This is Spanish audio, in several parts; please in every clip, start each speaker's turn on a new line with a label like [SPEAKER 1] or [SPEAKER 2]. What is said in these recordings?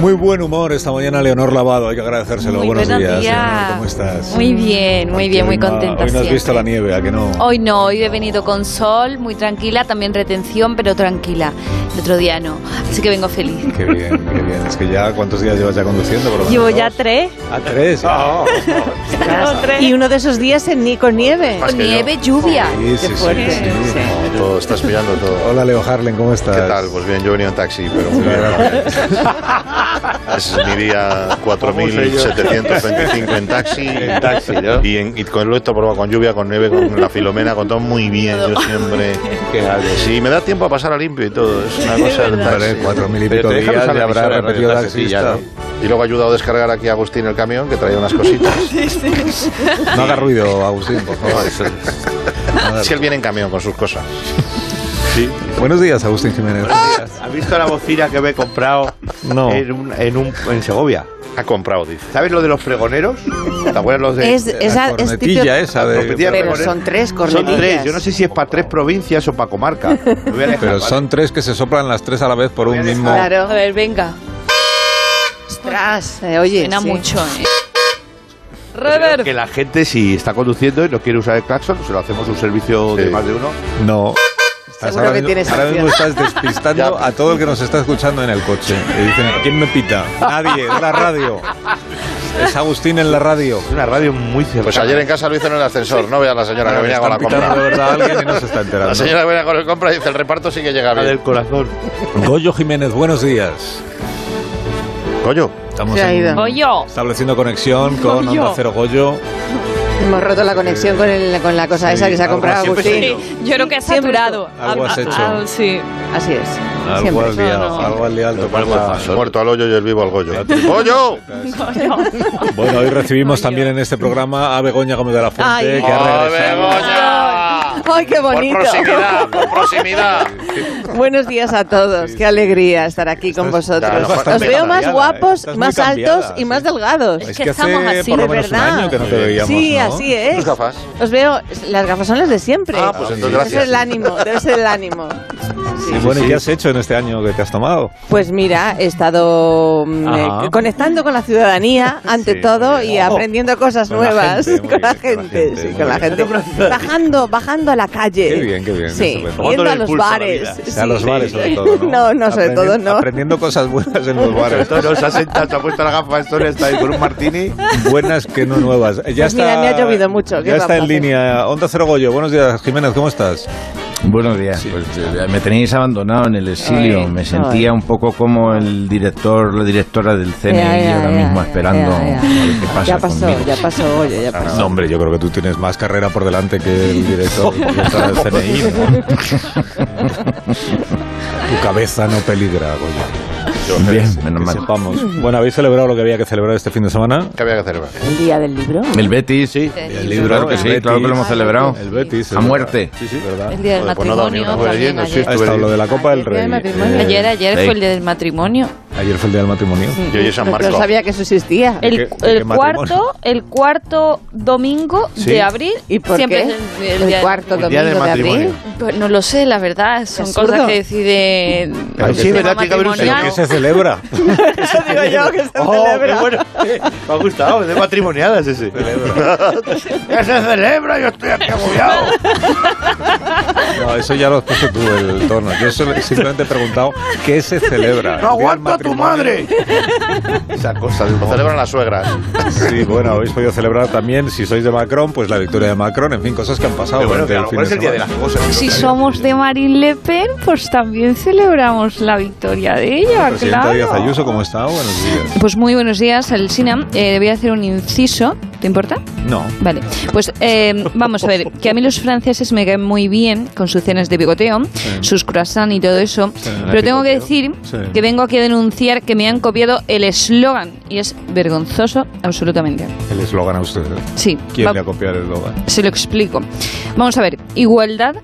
[SPEAKER 1] muy buen humor esta mañana, Leonor Lavado. Hay que agradecérselo.
[SPEAKER 2] Muy
[SPEAKER 1] buenos,
[SPEAKER 2] buenos días.
[SPEAKER 1] días. ¿Cómo estás?
[SPEAKER 2] Muy bien, muy bien, muy
[SPEAKER 1] Hoy no-
[SPEAKER 2] contenta.
[SPEAKER 1] Hoy no has
[SPEAKER 2] siempre.
[SPEAKER 1] visto la nieve, ¿a que no?
[SPEAKER 2] Hoy no, hoy he venido con sol, muy tranquila, también retención, pero tranquila. El otro día no, así que vengo feliz.
[SPEAKER 1] Qué bien, qué bien. Es que ya, ¿cuántos días llevas ya conduciendo? Por lo menos
[SPEAKER 3] Llevo
[SPEAKER 1] dos?
[SPEAKER 3] ya tres.
[SPEAKER 1] A tres. ya.
[SPEAKER 4] Ah, oh.
[SPEAKER 3] Y uno de esos días en ni con nieve.
[SPEAKER 4] Más
[SPEAKER 2] Con
[SPEAKER 4] que yo.
[SPEAKER 2] nieve, lluvia.
[SPEAKER 1] Sí, sí, sí,
[SPEAKER 3] fuerte,
[SPEAKER 1] sí.
[SPEAKER 3] sí.
[SPEAKER 4] No, todo, estás mirando todo.
[SPEAKER 1] Hola, Leo Harlen, ¿cómo estás?
[SPEAKER 4] ¿Qué tal? Pues bien, yo venía en taxi, pero muy bien. Es mi día 4.725 en taxi. En taxi, Y, en, y con lo he probado con lluvia, con nieve, con la filomena, con todo muy bien. Yo siempre. Sí, me da tiempo a pasar a limpio y todo. Es una cosa del
[SPEAKER 1] Hombre,
[SPEAKER 4] taxi.
[SPEAKER 1] cuatro mil y
[SPEAKER 5] Pero
[SPEAKER 1] pico
[SPEAKER 5] te dejan
[SPEAKER 1] días
[SPEAKER 5] usar
[SPEAKER 1] le
[SPEAKER 5] la
[SPEAKER 1] habrá
[SPEAKER 5] emisora de
[SPEAKER 1] repetido
[SPEAKER 5] Radio
[SPEAKER 1] taxista.
[SPEAKER 5] Taxi,
[SPEAKER 4] Y luego ha ayudado a descargar aquí a Agustín el camión, que traía unas cositas.
[SPEAKER 1] No haga ruido, Agustín, por favor.
[SPEAKER 4] Si él viene en camión con sus cosas.
[SPEAKER 1] buenos días, Agustín Jiménez.
[SPEAKER 2] Ah,
[SPEAKER 5] ¿Has visto la bocina que me he comprado
[SPEAKER 1] No.
[SPEAKER 5] en, un- en, un- en Segovia?
[SPEAKER 4] Ha comprado, dice.
[SPEAKER 5] ¿Sabes lo de los fregoneros? ¿Te acuerdas los de.?
[SPEAKER 3] Es, esa-
[SPEAKER 1] la
[SPEAKER 3] es
[SPEAKER 1] cornetilla
[SPEAKER 3] típico-
[SPEAKER 1] esa de...
[SPEAKER 5] Competía
[SPEAKER 3] Pero
[SPEAKER 5] fregoneros.
[SPEAKER 3] son tres
[SPEAKER 5] Son
[SPEAKER 3] cornetillas.
[SPEAKER 5] tres. Yo no sé si es para tres provincias o para comarca. Me voy a dejar,
[SPEAKER 1] Pero
[SPEAKER 5] ¿vale?
[SPEAKER 1] son tres que se soplan las tres a la vez por un mismo...
[SPEAKER 3] Claro.
[SPEAKER 2] A ver, venga.
[SPEAKER 3] Ostras, eh, oye.
[SPEAKER 2] Suena
[SPEAKER 3] sí.
[SPEAKER 2] mucho, ¿eh?
[SPEAKER 5] Que la gente, si está conduciendo y no quiere usar el claxon, se lo hacemos un servicio de
[SPEAKER 4] Sí.
[SPEAKER 5] más de uno.
[SPEAKER 1] No. Estás
[SPEAKER 3] Seguro
[SPEAKER 1] ahora
[SPEAKER 3] que
[SPEAKER 1] mismo-
[SPEAKER 3] tienes
[SPEAKER 1] ahora mismo estás despistando
[SPEAKER 4] Ya.
[SPEAKER 1] a todo el que nos está escuchando en el coche. Y dicen, ¿quién me pita? Nadie, es la radio. Es Agustín en la radio.
[SPEAKER 5] Es una radio muy cercana.
[SPEAKER 4] Pues ayer en casa lo hizo en el ascensor. No vea la señora que
[SPEAKER 1] Ahora
[SPEAKER 4] venía
[SPEAKER 1] le
[SPEAKER 4] con la
[SPEAKER 1] están pitando
[SPEAKER 4] compra.
[SPEAKER 1] de verdad a alguien y no se está enterando.
[SPEAKER 4] La señora que venía con el compra dice: el reparto sí que llega
[SPEAKER 5] La
[SPEAKER 4] bien.
[SPEAKER 5] del corazón.
[SPEAKER 1] Goyo Jiménez, buenos días.
[SPEAKER 4] Coño,
[SPEAKER 1] Estamos
[SPEAKER 3] Se ha
[SPEAKER 1] en-
[SPEAKER 3] ido.
[SPEAKER 2] Pollo.
[SPEAKER 1] estableciendo conexión con Onda Cero Goyo.
[SPEAKER 3] Hemos roto la conexión con, el- con la cosa
[SPEAKER 1] sí,
[SPEAKER 3] esa que se ha
[SPEAKER 1] algo
[SPEAKER 3] comprado
[SPEAKER 1] siempre
[SPEAKER 3] Agustín.
[SPEAKER 1] se ha ido.
[SPEAKER 2] Yo creo que has saturado.
[SPEAKER 1] Algo has hecho.
[SPEAKER 2] sí.
[SPEAKER 3] Así es.
[SPEAKER 1] Algo
[SPEAKER 3] Siempre.
[SPEAKER 1] al día,
[SPEAKER 2] No, no.
[SPEAKER 1] algo al día alto.
[SPEAKER 4] el muerto al hoyo y el vivo al Goyo. ¡Goyo!
[SPEAKER 1] Bueno, hoy recibimos también en este programa a Begoña Gómez de la Fuente,
[SPEAKER 3] Ay.
[SPEAKER 1] que ha regresado.
[SPEAKER 4] Begoña!
[SPEAKER 3] Ay, qué bonito.
[SPEAKER 4] Por proximidad, por proximidad.
[SPEAKER 3] Buenos días a todos. Qué alegría estar aquí con
[SPEAKER 4] claro,
[SPEAKER 3] vosotros. Os
[SPEAKER 4] bastante
[SPEAKER 3] veo más
[SPEAKER 1] cambiada, ¿eh?
[SPEAKER 3] guapos,
[SPEAKER 1] Estás muy
[SPEAKER 3] más altos
[SPEAKER 1] cambiada,
[SPEAKER 3] y más
[SPEAKER 1] sí.
[SPEAKER 3] delgados.
[SPEAKER 2] Es
[SPEAKER 1] Es
[SPEAKER 2] que
[SPEAKER 1] que hace
[SPEAKER 2] estamos así,
[SPEAKER 1] por
[SPEAKER 2] de
[SPEAKER 1] lo menos un
[SPEAKER 3] verdad.
[SPEAKER 1] año que no te veíamos.
[SPEAKER 3] Sí,
[SPEAKER 1] ¿no?
[SPEAKER 3] así es.
[SPEAKER 4] Tus gafas.
[SPEAKER 3] Os veo, las gafas son las de siempre.
[SPEAKER 4] Ah, pues entonces
[SPEAKER 3] Debe ser
[SPEAKER 4] gracias.
[SPEAKER 3] el ánimo, debe ser el ánimo.
[SPEAKER 1] Y bueno, ¿y qué has hecho en este año que te has tomado?
[SPEAKER 3] Pues mira, he estado mm,
[SPEAKER 5] Ajá.
[SPEAKER 3] eh, conectando con la ciudadanía ante
[SPEAKER 1] Sí,
[SPEAKER 3] todo
[SPEAKER 1] muy
[SPEAKER 3] y
[SPEAKER 1] bien.
[SPEAKER 3] aprendiendo cosas
[SPEAKER 1] Con la
[SPEAKER 3] nuevas
[SPEAKER 1] gente, muy
[SPEAKER 3] con la
[SPEAKER 1] bien, con la
[SPEAKER 3] gente,
[SPEAKER 1] gente,
[SPEAKER 3] sí,
[SPEAKER 1] muy
[SPEAKER 3] con la
[SPEAKER 1] bien.
[SPEAKER 3] gente. Bajando, bajando a la calle.
[SPEAKER 1] Qué bien, qué bien,
[SPEAKER 3] Sí, yendo
[SPEAKER 1] estupendo.
[SPEAKER 5] Tomándole
[SPEAKER 3] a
[SPEAKER 5] el
[SPEAKER 3] los
[SPEAKER 5] pulso a la
[SPEAKER 3] bares.
[SPEAKER 5] vida.
[SPEAKER 3] sí.
[SPEAKER 1] A los bares, sobre todo.
[SPEAKER 3] No, no, sobre
[SPEAKER 1] Aprendi-
[SPEAKER 3] todo no.
[SPEAKER 1] Aprendiendo cosas buenas en los
[SPEAKER 5] Sobre
[SPEAKER 1] bares.
[SPEAKER 5] todo nos ha sentado, se ha puesto la gafa esto está ahí con un martini.
[SPEAKER 1] Buenas que no nuevas. Eh, Ya
[SPEAKER 3] Pues
[SPEAKER 1] está,
[SPEAKER 3] mira, me ha llovido mucho, ¿qué ¿eh?
[SPEAKER 1] Ya está
[SPEAKER 3] vamos a
[SPEAKER 1] en
[SPEAKER 3] hacer?
[SPEAKER 1] línea. Onda Cero Goyo. Buenos días, Jiménez. ¿Cómo estás?
[SPEAKER 6] Buenos días. Pues, eh, me tenéis abandonado en el exilio.
[SPEAKER 3] Ay,
[SPEAKER 6] me sentía
[SPEAKER 3] ay.
[SPEAKER 6] un poco como el director, la directora del CNI
[SPEAKER 3] Ya, ya,
[SPEAKER 6] ahora
[SPEAKER 3] ya,
[SPEAKER 6] mismo
[SPEAKER 3] ya,
[SPEAKER 6] esperando
[SPEAKER 3] ya, ya.
[SPEAKER 6] a ver qué pasa
[SPEAKER 3] Ya pasó,
[SPEAKER 6] conmigo.
[SPEAKER 3] ya pasó, oye, ya pasó.
[SPEAKER 1] No, hombre, yo creo que tú tienes más carrera por delante que el director directora del CNI. ¿no? tu cabeza no peligra, Goyo.
[SPEAKER 6] Bien,
[SPEAKER 1] Que
[SPEAKER 6] menos mal.
[SPEAKER 1] sepamos. Bueno, ¿habéis celebrado lo que había que celebrar este fin de semana?
[SPEAKER 4] ¿Qué había que hacer?
[SPEAKER 3] El día del libro.
[SPEAKER 6] El Betis, sí.
[SPEAKER 2] El
[SPEAKER 1] libro,
[SPEAKER 6] claro que
[SPEAKER 1] el
[SPEAKER 6] sí,
[SPEAKER 1] Betis.
[SPEAKER 6] claro que lo hemos celebrado.
[SPEAKER 1] El Betis.
[SPEAKER 6] A
[SPEAKER 1] es
[SPEAKER 6] muerte.
[SPEAKER 1] verdad. Sí, sí, verdad.
[SPEAKER 2] El día del
[SPEAKER 4] Joder, pues no ha dado ni
[SPEAKER 2] matrimonio.
[SPEAKER 4] una. Estuve
[SPEAKER 2] también
[SPEAKER 4] leyendo, sí,
[SPEAKER 2] ayer.
[SPEAKER 1] Ha
[SPEAKER 4] estuve
[SPEAKER 1] estado lo de la Copa del
[SPEAKER 3] el día
[SPEAKER 1] Rey.
[SPEAKER 3] del matrimonio.
[SPEAKER 1] eh,
[SPEAKER 2] Ayer, ayer
[SPEAKER 6] Sí.
[SPEAKER 2] fue el día del matrimonio.
[SPEAKER 1] ayer fue el día del matrimonio.
[SPEAKER 4] Yo y San
[SPEAKER 3] No
[SPEAKER 4] Marcos.
[SPEAKER 3] sabía que eso existía.
[SPEAKER 1] ¿De qué-
[SPEAKER 2] El,
[SPEAKER 1] de qué
[SPEAKER 2] el
[SPEAKER 1] matrimonio?
[SPEAKER 2] cuarto, el cuarto domingo
[SPEAKER 5] Sí.
[SPEAKER 2] de abril.
[SPEAKER 3] ¿Y por
[SPEAKER 2] siempre
[SPEAKER 3] qué?
[SPEAKER 2] es el, el
[SPEAKER 3] El,
[SPEAKER 2] día-
[SPEAKER 3] cuarto
[SPEAKER 5] El
[SPEAKER 3] domingo
[SPEAKER 5] día del
[SPEAKER 3] de abril.
[SPEAKER 5] matrimonio.
[SPEAKER 2] Pues no lo sé, la verdad. Son
[SPEAKER 3] Absurdo.
[SPEAKER 2] cosas que decide. el
[SPEAKER 5] Pero sí,
[SPEAKER 2] sistema
[SPEAKER 5] ¿verdad? Tiene que haber un
[SPEAKER 1] Pero
[SPEAKER 2] matrimonial.
[SPEAKER 1] que se celebra.
[SPEAKER 3] Eso digo yo que se
[SPEAKER 5] Oh, qué
[SPEAKER 3] celebra.
[SPEAKER 5] bueno. Me ha gustado, es de matrimoniadas ese. ya se celebra, yo estoy aquí agobiado.
[SPEAKER 1] No, eso ya lo has puesto tú el tono. Yo solo- simplemente he preguntado qué se celebra.
[SPEAKER 5] ¡No aguanto a tu madre!
[SPEAKER 4] Esa cosa, lo celebran las suegras.
[SPEAKER 1] Sí, bueno, habéis podido celebrar también, si sois de Macron, pues la victoria de Macron, en fin, cosas que han pasado
[SPEAKER 5] Pero bueno,
[SPEAKER 1] durante
[SPEAKER 5] que a lo mejor
[SPEAKER 1] el
[SPEAKER 5] es
[SPEAKER 1] fin
[SPEAKER 5] el día
[SPEAKER 1] de
[SPEAKER 5] de
[SPEAKER 1] semana.
[SPEAKER 5] las cosas.
[SPEAKER 7] Si somos de Marine Le Pen, pues también celebramos la victoria de ella,
[SPEAKER 1] Presidenta
[SPEAKER 7] claro.
[SPEAKER 1] Díaz Ayuso, ¿cómo está? Buenos días.
[SPEAKER 7] Pues muy buenos días, Alsina. Eh, voy a hacer un inciso
[SPEAKER 2] ¿Te importa?
[SPEAKER 1] No.
[SPEAKER 2] Vale, pues eh, vamos a ver, que a mí los franceses me caen muy bien con sus cenas de picoteo, sus croissants y todo eso, pero tengo que decir
[SPEAKER 1] Sí.
[SPEAKER 2] que vengo aquí a denunciar que me han copiado el eslogan y es vergonzoso absolutamente.
[SPEAKER 1] El eslogan a usted. ¿eh?
[SPEAKER 2] Sí,
[SPEAKER 1] ¿Quién
[SPEAKER 2] va-
[SPEAKER 1] le ha copiado el eslogan?
[SPEAKER 2] se lo explico. Vamos a ver, igualdad,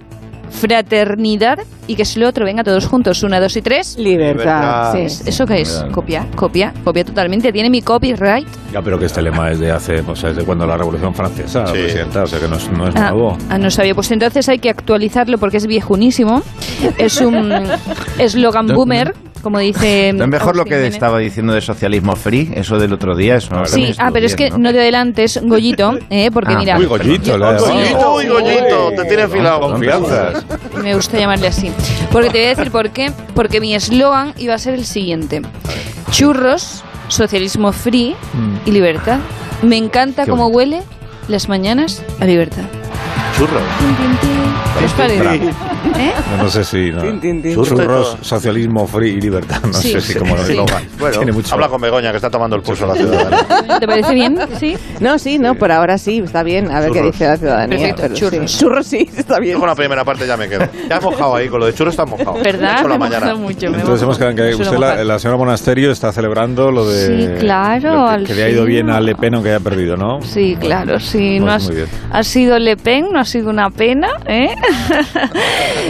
[SPEAKER 2] fraternidad y que se lo otro venga todos juntos, una, dos y tres.
[SPEAKER 6] Ah,
[SPEAKER 3] Libertad.
[SPEAKER 8] Libertad.
[SPEAKER 3] Sí.
[SPEAKER 2] ¿Eso qué es?
[SPEAKER 6] Claro.
[SPEAKER 2] Copia, copia, copia totalmente. Tiene mi copyright.
[SPEAKER 1] Ya, pero que este lema es de hace, o sea, es de cuando la Revolución Francesa,
[SPEAKER 4] Sí.
[SPEAKER 1] presidenta, o sea que no es, no es
[SPEAKER 2] Ah,
[SPEAKER 1] nuevo.
[SPEAKER 2] ah, no sabía. Pues entonces hay que actualizarlo porque es viejunísimo. Es un eslogan
[SPEAKER 6] No,
[SPEAKER 2] boomer, como dice.
[SPEAKER 6] No es mejor lo
[SPEAKER 2] Agustín
[SPEAKER 6] que
[SPEAKER 2] Jiménez.
[SPEAKER 6] estaba diciendo de socialismo free, eso del otro día. Eso ahora
[SPEAKER 2] Sí,
[SPEAKER 6] mismo
[SPEAKER 2] ah, pero es
[SPEAKER 6] bien,
[SPEAKER 2] que no te adelantes, Goyito, eh, porque
[SPEAKER 6] Ah,
[SPEAKER 2] mira,
[SPEAKER 1] Uy, Goyito, la
[SPEAKER 4] Goyito, uy, Goyito, te tiene afilado.
[SPEAKER 1] Confianzas.
[SPEAKER 2] me gusta llamarle así. Porque te voy a decir por qué. Porque mi eslogan iba a ser el siguiente: churros, socialismo free
[SPEAKER 1] Mm.
[SPEAKER 2] y libertad. Me encanta
[SPEAKER 6] Qué
[SPEAKER 2] cómo huele las mañanas a libertad.
[SPEAKER 4] Churro.
[SPEAKER 2] ¿Qué os parece? ¿Eh?
[SPEAKER 1] No, no sé si. No.
[SPEAKER 3] Tin, tin, tin.
[SPEAKER 1] Churros, socialismo, free y libertad. No
[SPEAKER 2] Sí.
[SPEAKER 1] sé si como lo
[SPEAKER 2] Sí.
[SPEAKER 1] eslogan. Tiene mucho.
[SPEAKER 4] Habla con Begoña, que está tomando el pulso a la ciudadanía.
[SPEAKER 2] ¿Te parece bien? Sí.
[SPEAKER 3] No, sí, no, por ahora sí, está bien. A ver qué
[SPEAKER 4] Churros.
[SPEAKER 3] dice la ciudadanía.
[SPEAKER 2] Perfecto,
[SPEAKER 3] pero
[SPEAKER 2] churros.
[SPEAKER 3] Sí. Churros sí, está
[SPEAKER 4] Yo
[SPEAKER 3] bien.
[SPEAKER 4] con la primera parte ya me quedo. Ya he mojado ahí, con lo de churro está mojado.
[SPEAKER 2] ¿Verdad?
[SPEAKER 4] Ocho de
[SPEAKER 2] Me
[SPEAKER 4] la
[SPEAKER 2] he
[SPEAKER 4] mañana.
[SPEAKER 2] mojado mucho. me he
[SPEAKER 1] Entonces hemos
[SPEAKER 2] mojado.
[SPEAKER 1] quedado en que
[SPEAKER 2] Suelo
[SPEAKER 1] usted, la,
[SPEAKER 2] mojar.
[SPEAKER 1] la señora Monasterio, está celebrando lo de.
[SPEAKER 2] Sí, claro,
[SPEAKER 1] lo
[SPEAKER 2] al
[SPEAKER 1] que, que le ha ido
[SPEAKER 2] fin.
[SPEAKER 1] bien a Le Pen, aunque haya perdido, ¿no?
[SPEAKER 2] Sí, claro, sí.
[SPEAKER 1] Pues
[SPEAKER 2] no has,
[SPEAKER 1] muy bien.
[SPEAKER 2] ha sido Le Pen, no ha sido una pena, ¿eh?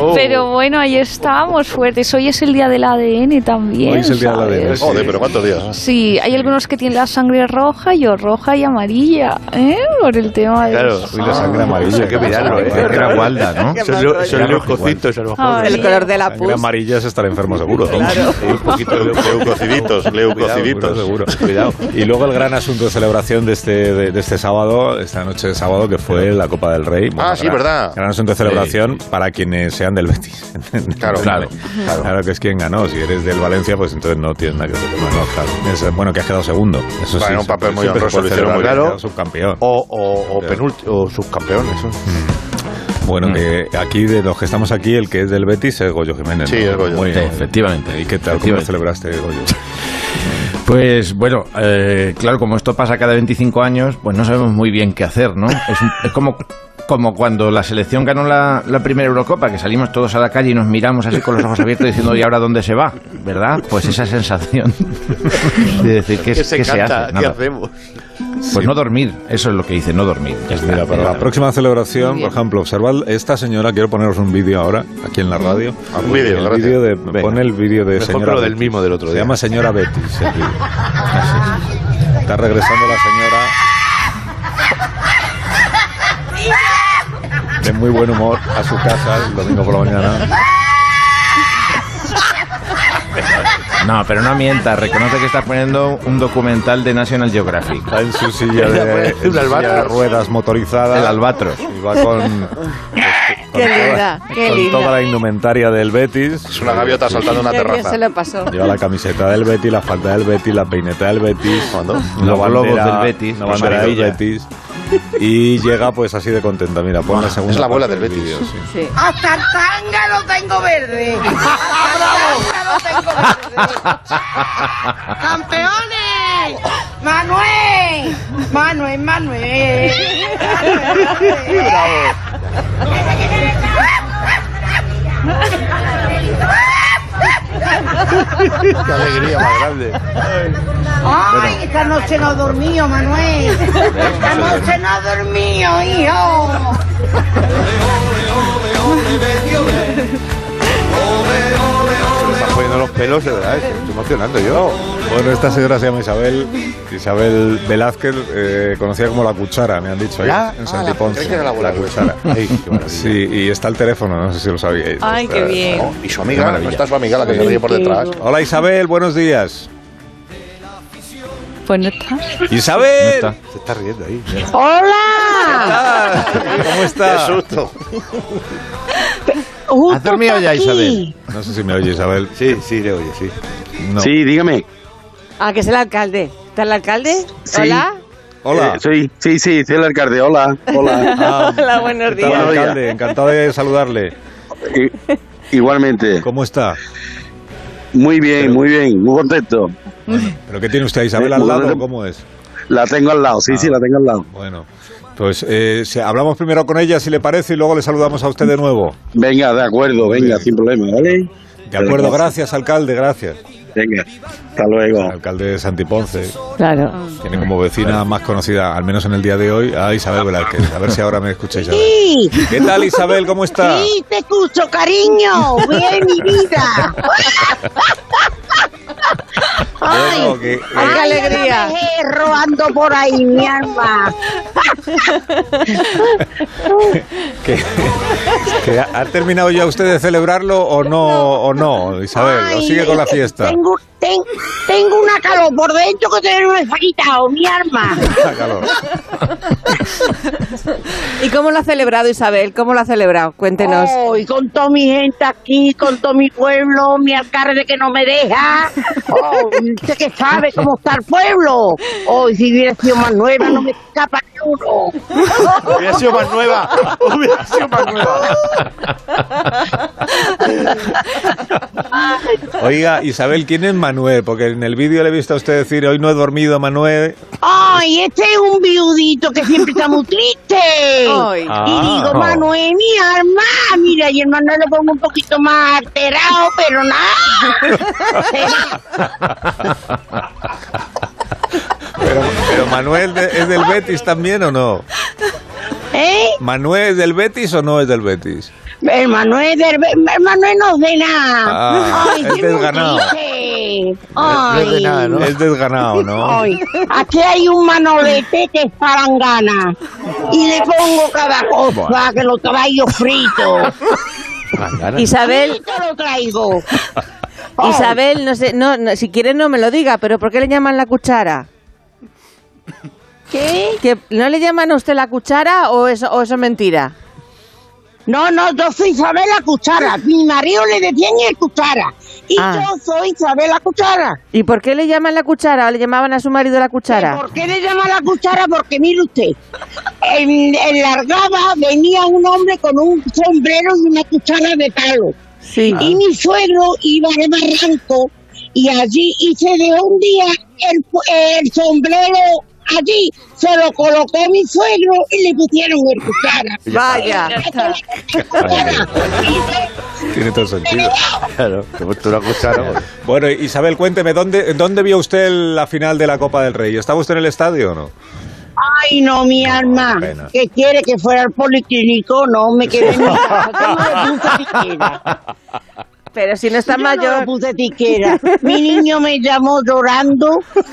[SPEAKER 4] Oh.
[SPEAKER 2] Pero bueno, ahí estamos fuertes. Hoy es el día del ADN también.
[SPEAKER 1] Hoy es el día del
[SPEAKER 2] ¿sabes?
[SPEAKER 1] ADN, sí.
[SPEAKER 4] Joder, pero ¿cuántos días?
[SPEAKER 2] Sí, hay algunos que tienen la sangre roja, yo roja y amarilla, ¿eh? Por el tema de...
[SPEAKER 8] Claro.
[SPEAKER 1] Uy, la
[SPEAKER 4] Ah,
[SPEAKER 1] sangre amarilla.
[SPEAKER 8] Hay que mirarlo,
[SPEAKER 6] ¿no?
[SPEAKER 8] eh.
[SPEAKER 6] Creo que era Walda, ¿no?
[SPEAKER 3] Qué
[SPEAKER 8] Son,
[SPEAKER 3] mal
[SPEAKER 8] leu-
[SPEAKER 3] rollo.
[SPEAKER 8] son leucocitos, a lo mejor.
[SPEAKER 2] Ay.
[SPEAKER 3] El color de la
[SPEAKER 1] Sangre
[SPEAKER 3] pus.
[SPEAKER 1] amarilla es estar enfermo seguro.
[SPEAKER 3] Claro.
[SPEAKER 4] Un poquito de leucociditos, leucociditos.
[SPEAKER 1] Seguro, seguro. Y luego el gran asunto de celebración de este, de, de este sábado, esta noche de sábado, que fue la Copa del Rey.
[SPEAKER 4] Ah, sí,
[SPEAKER 1] gran-
[SPEAKER 4] verdad.
[SPEAKER 1] Gran asunto de celebración para quienes sean del Betis.
[SPEAKER 4] Claro,
[SPEAKER 1] claro.
[SPEAKER 4] claro.
[SPEAKER 1] Claro. que es quien ganó. Si eres del Valencia, pues entonces no tienes nada que reclamar. No, claro. Es- bueno, que has quedado segundo. Eso
[SPEAKER 4] Vale,
[SPEAKER 1] sí,
[SPEAKER 4] un papel muy
[SPEAKER 1] siempre se
[SPEAKER 4] honroso, Oh.
[SPEAKER 1] puede
[SPEAKER 4] lo hicieron muy
[SPEAKER 1] celebrar,
[SPEAKER 4] bien.
[SPEAKER 1] que has quedado subcampeón.
[SPEAKER 8] O, o, o penúlti- o subcampeones. ¿no?
[SPEAKER 1] Bueno,
[SPEAKER 4] Mm.
[SPEAKER 1] que aquí de los que estamos aquí, el que es del Betis es Goyo Jiménez.
[SPEAKER 4] Sí,
[SPEAKER 1] ¿no?
[SPEAKER 4] es Goyo.
[SPEAKER 1] Muy
[SPEAKER 6] Sí,
[SPEAKER 1] bien.
[SPEAKER 6] efectivamente.
[SPEAKER 1] ¿Y qué tal? ¿Cómo lo celebraste, Goyo?
[SPEAKER 6] Pues bueno, eh, claro, como esto pasa cada 25 años, pues no sabemos muy bien qué hacer, ¿no? Es, un- es como, como cuando la selección ganó la, la primera Eurocopa, que salimos todos a la calle y nos miramos así con los ojos abiertos diciendo, ¿y ahora dónde se va? ¿Verdad? Pues esa sensación de decir, ¿qué,
[SPEAKER 8] ¿Qué se
[SPEAKER 6] qué se hace?
[SPEAKER 8] canta? ¿Qué
[SPEAKER 6] Nada.
[SPEAKER 8] hacemos?
[SPEAKER 6] Pues no dormir, eso es lo que dice, no dormir. Ya
[SPEAKER 1] Pues
[SPEAKER 6] está.
[SPEAKER 1] mira, para la próxima celebración, por ejemplo, observad esta señora, quiero poneros un vídeo ahora, aquí
[SPEAKER 3] Mm.
[SPEAKER 1] en la radio.
[SPEAKER 4] Ah, un vídeo,
[SPEAKER 1] El
[SPEAKER 4] gracias.
[SPEAKER 1] vídeo de,
[SPEAKER 4] Venga.
[SPEAKER 1] pon el vídeo de
[SPEAKER 8] Mejor que
[SPEAKER 1] señora
[SPEAKER 8] lo del
[SPEAKER 1] Betis.
[SPEAKER 8] mismo del otro
[SPEAKER 1] Se
[SPEAKER 8] día.
[SPEAKER 1] llama señora Betis. el vídeo. Está regresando la señora de muy buen humor a su casa el domingo por la mañana.
[SPEAKER 6] No, pero no mientas, reconoce que estás poniendo un documental de National Geographic.
[SPEAKER 1] Está en su silla de, en su
[SPEAKER 8] Un
[SPEAKER 1] silla de
[SPEAKER 8] albatros.
[SPEAKER 1] ruedas motorizada.
[SPEAKER 6] El albatros.
[SPEAKER 1] Y va con,
[SPEAKER 3] Qué linda, qué
[SPEAKER 1] con
[SPEAKER 3] linda.
[SPEAKER 1] toda la indumentaria del Betis.
[SPEAKER 4] Es una gaviota saltando una
[SPEAKER 3] Qué bien
[SPEAKER 4] terraza.
[SPEAKER 3] se lo pasó.
[SPEAKER 1] Lleva la camiseta del Betis, la falda del Betis, la peineta del Betis, la
[SPEAKER 6] Los globos
[SPEAKER 1] bandera-
[SPEAKER 6] del Betis,
[SPEAKER 1] la
[SPEAKER 6] los
[SPEAKER 1] bandera del
[SPEAKER 6] amarillos.
[SPEAKER 1] Betis. Y llega pues así de contenta. Mira, pon la segunda.
[SPEAKER 4] es la abuela
[SPEAKER 1] parte
[SPEAKER 4] del
[SPEAKER 1] vídeo,
[SPEAKER 4] Betis.
[SPEAKER 1] sí.
[SPEAKER 3] Sí.
[SPEAKER 9] Hasta el tanga lo tengo verde. Hasta el tanga lo tengo verde. ¡Campeones! ¡Manuel! ¡Manuel, Manuel!
[SPEAKER 8] Qué alegría más grande.
[SPEAKER 9] ¡Ay, esta noche no
[SPEAKER 3] oh,
[SPEAKER 9] dormío, Manuel! ¡Esta noche no dormío, hijo!
[SPEAKER 8] Me están poniendo los pelos, de verdad. eh. Estoy emocionando yo.
[SPEAKER 1] Bueno, esta señora se llama Isabel. Isabel Velázquez, eh, conocida como la cuchara, me han dicho ahí,
[SPEAKER 8] ¿Ya?
[SPEAKER 1] en Santiponce.
[SPEAKER 4] creí que era la abuela.
[SPEAKER 1] cuchara. Sí, y está el teléfono, no sé si lo sabíais.
[SPEAKER 10] Ay, qué bien.
[SPEAKER 4] Oh, y su amiga, no está su amiga, la que se ríe por detrás.
[SPEAKER 1] Hola Isabel, buenos días.
[SPEAKER 2] Pues no está.
[SPEAKER 1] Isabel,
[SPEAKER 6] No está.
[SPEAKER 8] Se está riendo ahí.
[SPEAKER 9] ¡Hola!
[SPEAKER 1] Ah, ¿cómo
[SPEAKER 4] ¡Qué
[SPEAKER 1] estás?
[SPEAKER 4] susto!
[SPEAKER 3] Uh,
[SPEAKER 9] Ah.
[SPEAKER 6] ¿Has dormido ya, Isabel?
[SPEAKER 1] No sé si me oye Isabel.
[SPEAKER 8] Sí, sí, le oye, sí.
[SPEAKER 1] No.
[SPEAKER 11] Sí, dígame.
[SPEAKER 3] Ah, que es el alcalde. ¿Está el alcalde?
[SPEAKER 11] Sí.
[SPEAKER 3] Hola.
[SPEAKER 1] Hola.
[SPEAKER 11] Eh, soy, sí, sí, soy el alcalde. Hola, hola.
[SPEAKER 1] Ah,
[SPEAKER 3] Hola, buenos
[SPEAKER 1] ¿qué tal,
[SPEAKER 3] días.
[SPEAKER 11] días.
[SPEAKER 1] alcalde? Encantado de saludarle.
[SPEAKER 11] I- igualmente.
[SPEAKER 1] ¿Cómo está?
[SPEAKER 11] Muy bien, muy bien, muy contento.
[SPEAKER 1] ¿Pero qué tiene usted, Isabel, al lado? o ¿Cómo es?
[SPEAKER 11] La tengo al lado, sí,
[SPEAKER 1] Ah.
[SPEAKER 11] sí, la tengo al lado.
[SPEAKER 1] Bueno, pues eh, se- hablamos primero con ella, si le parece, y luego le saludamos a usted de nuevo.
[SPEAKER 11] Venga, de acuerdo, venga, sin problema, ¿vale?
[SPEAKER 1] De acuerdo, gracias, alcalde, gracias.
[SPEAKER 11] Venga, hasta luego.
[SPEAKER 1] Alcalde de Santiponce.
[SPEAKER 3] Claro.
[SPEAKER 1] Tiene como vecina más conocida, al menos en el día de hoy, a Isabel Velázquez. A ver si ahora me escucha Isabel.
[SPEAKER 9] Sí,
[SPEAKER 1] ¿Qué tal, Isabel? ¿Cómo está?
[SPEAKER 9] sí, te escucho, cariño. Bien, mi vida.
[SPEAKER 1] Bueno, que- que-
[SPEAKER 3] ¡Ay, qué alegría!
[SPEAKER 9] Ay, yo no me dejé robando por ahí, mi alma.
[SPEAKER 1] que- que ¿Ha terminado ya usted de celebrarlo o no, o no Isabel? ¿O
[SPEAKER 9] Ay, este,
[SPEAKER 1] sigue con la fiesta?
[SPEAKER 9] Tengo, ten- tengo una calor por dentro que te no me ha quitado, mi alma.
[SPEAKER 1] Ah, claro.
[SPEAKER 3] ¿Y cómo lo ha celebrado Isabel? ¿Cómo lo ha celebrado? Cuéntenos.
[SPEAKER 9] Hoy con toda mi gente aquí, con todo mi pueblo, mi alcalde que no me deja. Oh, usted que sabe cómo está el pueblo. Hoy si hubiera sido más nueva, no me escapa ni uno.
[SPEAKER 8] Hubiera sido más nueva. Hubiera sido más nueva.
[SPEAKER 1] Oiga, Isabel, ¿quién es Manuel? Porque en el vídeo le he visto a usted decir, hoy no he dormido, Manuel.
[SPEAKER 9] Ay, este es un viudito que siempre está muy triste.
[SPEAKER 3] Ay.
[SPEAKER 9] Y
[SPEAKER 8] Ah.
[SPEAKER 9] digo, Manuel, mi alma. Mira, y el Manuel lo pongo un poquito más alterado, pero nada.
[SPEAKER 1] Pero, pero Manuel de- es del Betis también o no?
[SPEAKER 9] ¿Eh?
[SPEAKER 1] ¿Manuel es del Betis o no es del Betis?
[SPEAKER 9] El Manuel, del, el Manuel no es de nada.
[SPEAKER 1] Ah, es
[SPEAKER 9] qué muy
[SPEAKER 1] desganado.
[SPEAKER 9] triste.
[SPEAKER 8] No es de
[SPEAKER 9] Ay.
[SPEAKER 8] nada, ¿no?
[SPEAKER 1] Es desganado, ¿no?
[SPEAKER 9] Ay, aquí hay un manolete que es palangana y le pongo cada cosa que lo traigo frito.
[SPEAKER 1] Ah,
[SPEAKER 3] Isabel,
[SPEAKER 9] Frito lo traigo. Ay,
[SPEAKER 3] Isabel, no sé, no, no, si quiere no me lo diga, pero ¿por qué le llaman la cuchara?
[SPEAKER 9] ¿Qué?
[SPEAKER 3] ¿Que ¿No le llaman a usted la cuchara o eso, o eso es mentira?
[SPEAKER 9] No, no, yo soy Isabel la cuchara. Mi marido le detiene el cuchara y
[SPEAKER 3] Ah.
[SPEAKER 9] yo soy Isabel la cuchara.
[SPEAKER 3] ¿Y por qué le llaman la cuchara o le llamaban a su marido la
[SPEAKER 9] ¿Y
[SPEAKER 3] cuchara?
[SPEAKER 9] ¿Por qué le llama la cuchara? Porque mire usted, en, en Largaba venía un hombre con un sombrero y una cuchara de palo.
[SPEAKER 3] Sí.
[SPEAKER 9] Y mi suegro iba al barranco y allí, y se dejó un día el, pu- el sombrero allí, se lo colocó mi suegro y le pusieron el cuchara.
[SPEAKER 3] Vaya.
[SPEAKER 1] Tiene todo sentido.
[SPEAKER 8] Claro, te he puesto una cuchara. pues.
[SPEAKER 1] Bueno, Isabel, cuénteme, ¿dónde, dónde vio usted la final de la Copa del Rey? ¿Estaba usted en el estadio o no?
[SPEAKER 9] Ay, no, mi
[SPEAKER 1] No,
[SPEAKER 9] alma,
[SPEAKER 1] qué pena.
[SPEAKER 9] que quiere que fuera al policlínico, no me quedé en mi casa, tengo la puta siquiera.
[SPEAKER 3] Pero si no está
[SPEAKER 9] Yo No
[SPEAKER 3] mayor.
[SPEAKER 9] lo puse tiquera. Mi niño me llamó llorando.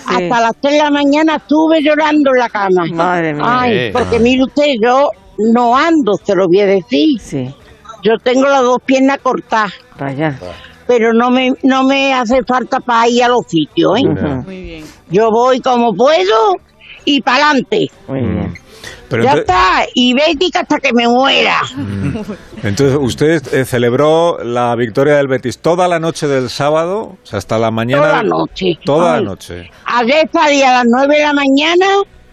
[SPEAKER 9] Hasta las 3 de la mañana estuve llorando en la cama.
[SPEAKER 3] Madre mía.
[SPEAKER 8] Eh.
[SPEAKER 9] Ay, porque mire usted, yo no ando, se lo voy a decir.
[SPEAKER 3] Sí,
[SPEAKER 9] Yo tengo las dos piernas cortadas,
[SPEAKER 3] vaya.
[SPEAKER 9] pero no me, no me hace falta para ir a los sitios. ¿eh?
[SPEAKER 3] Ujú,
[SPEAKER 9] Yo voy como puedo y para adelante.
[SPEAKER 3] Muy bien.
[SPEAKER 1] Mm. Pero
[SPEAKER 9] Ya
[SPEAKER 1] ento-
[SPEAKER 9] está, y bética hasta que me muera.
[SPEAKER 1] entonces, usted eh, celebró la victoria del Betis toda la noche del sábado, o sea, hasta la mañana.
[SPEAKER 9] Toda la noche.
[SPEAKER 1] Toda la
[SPEAKER 9] Ay.
[SPEAKER 1] noche.
[SPEAKER 9] Ayer salí a las 9 de la mañana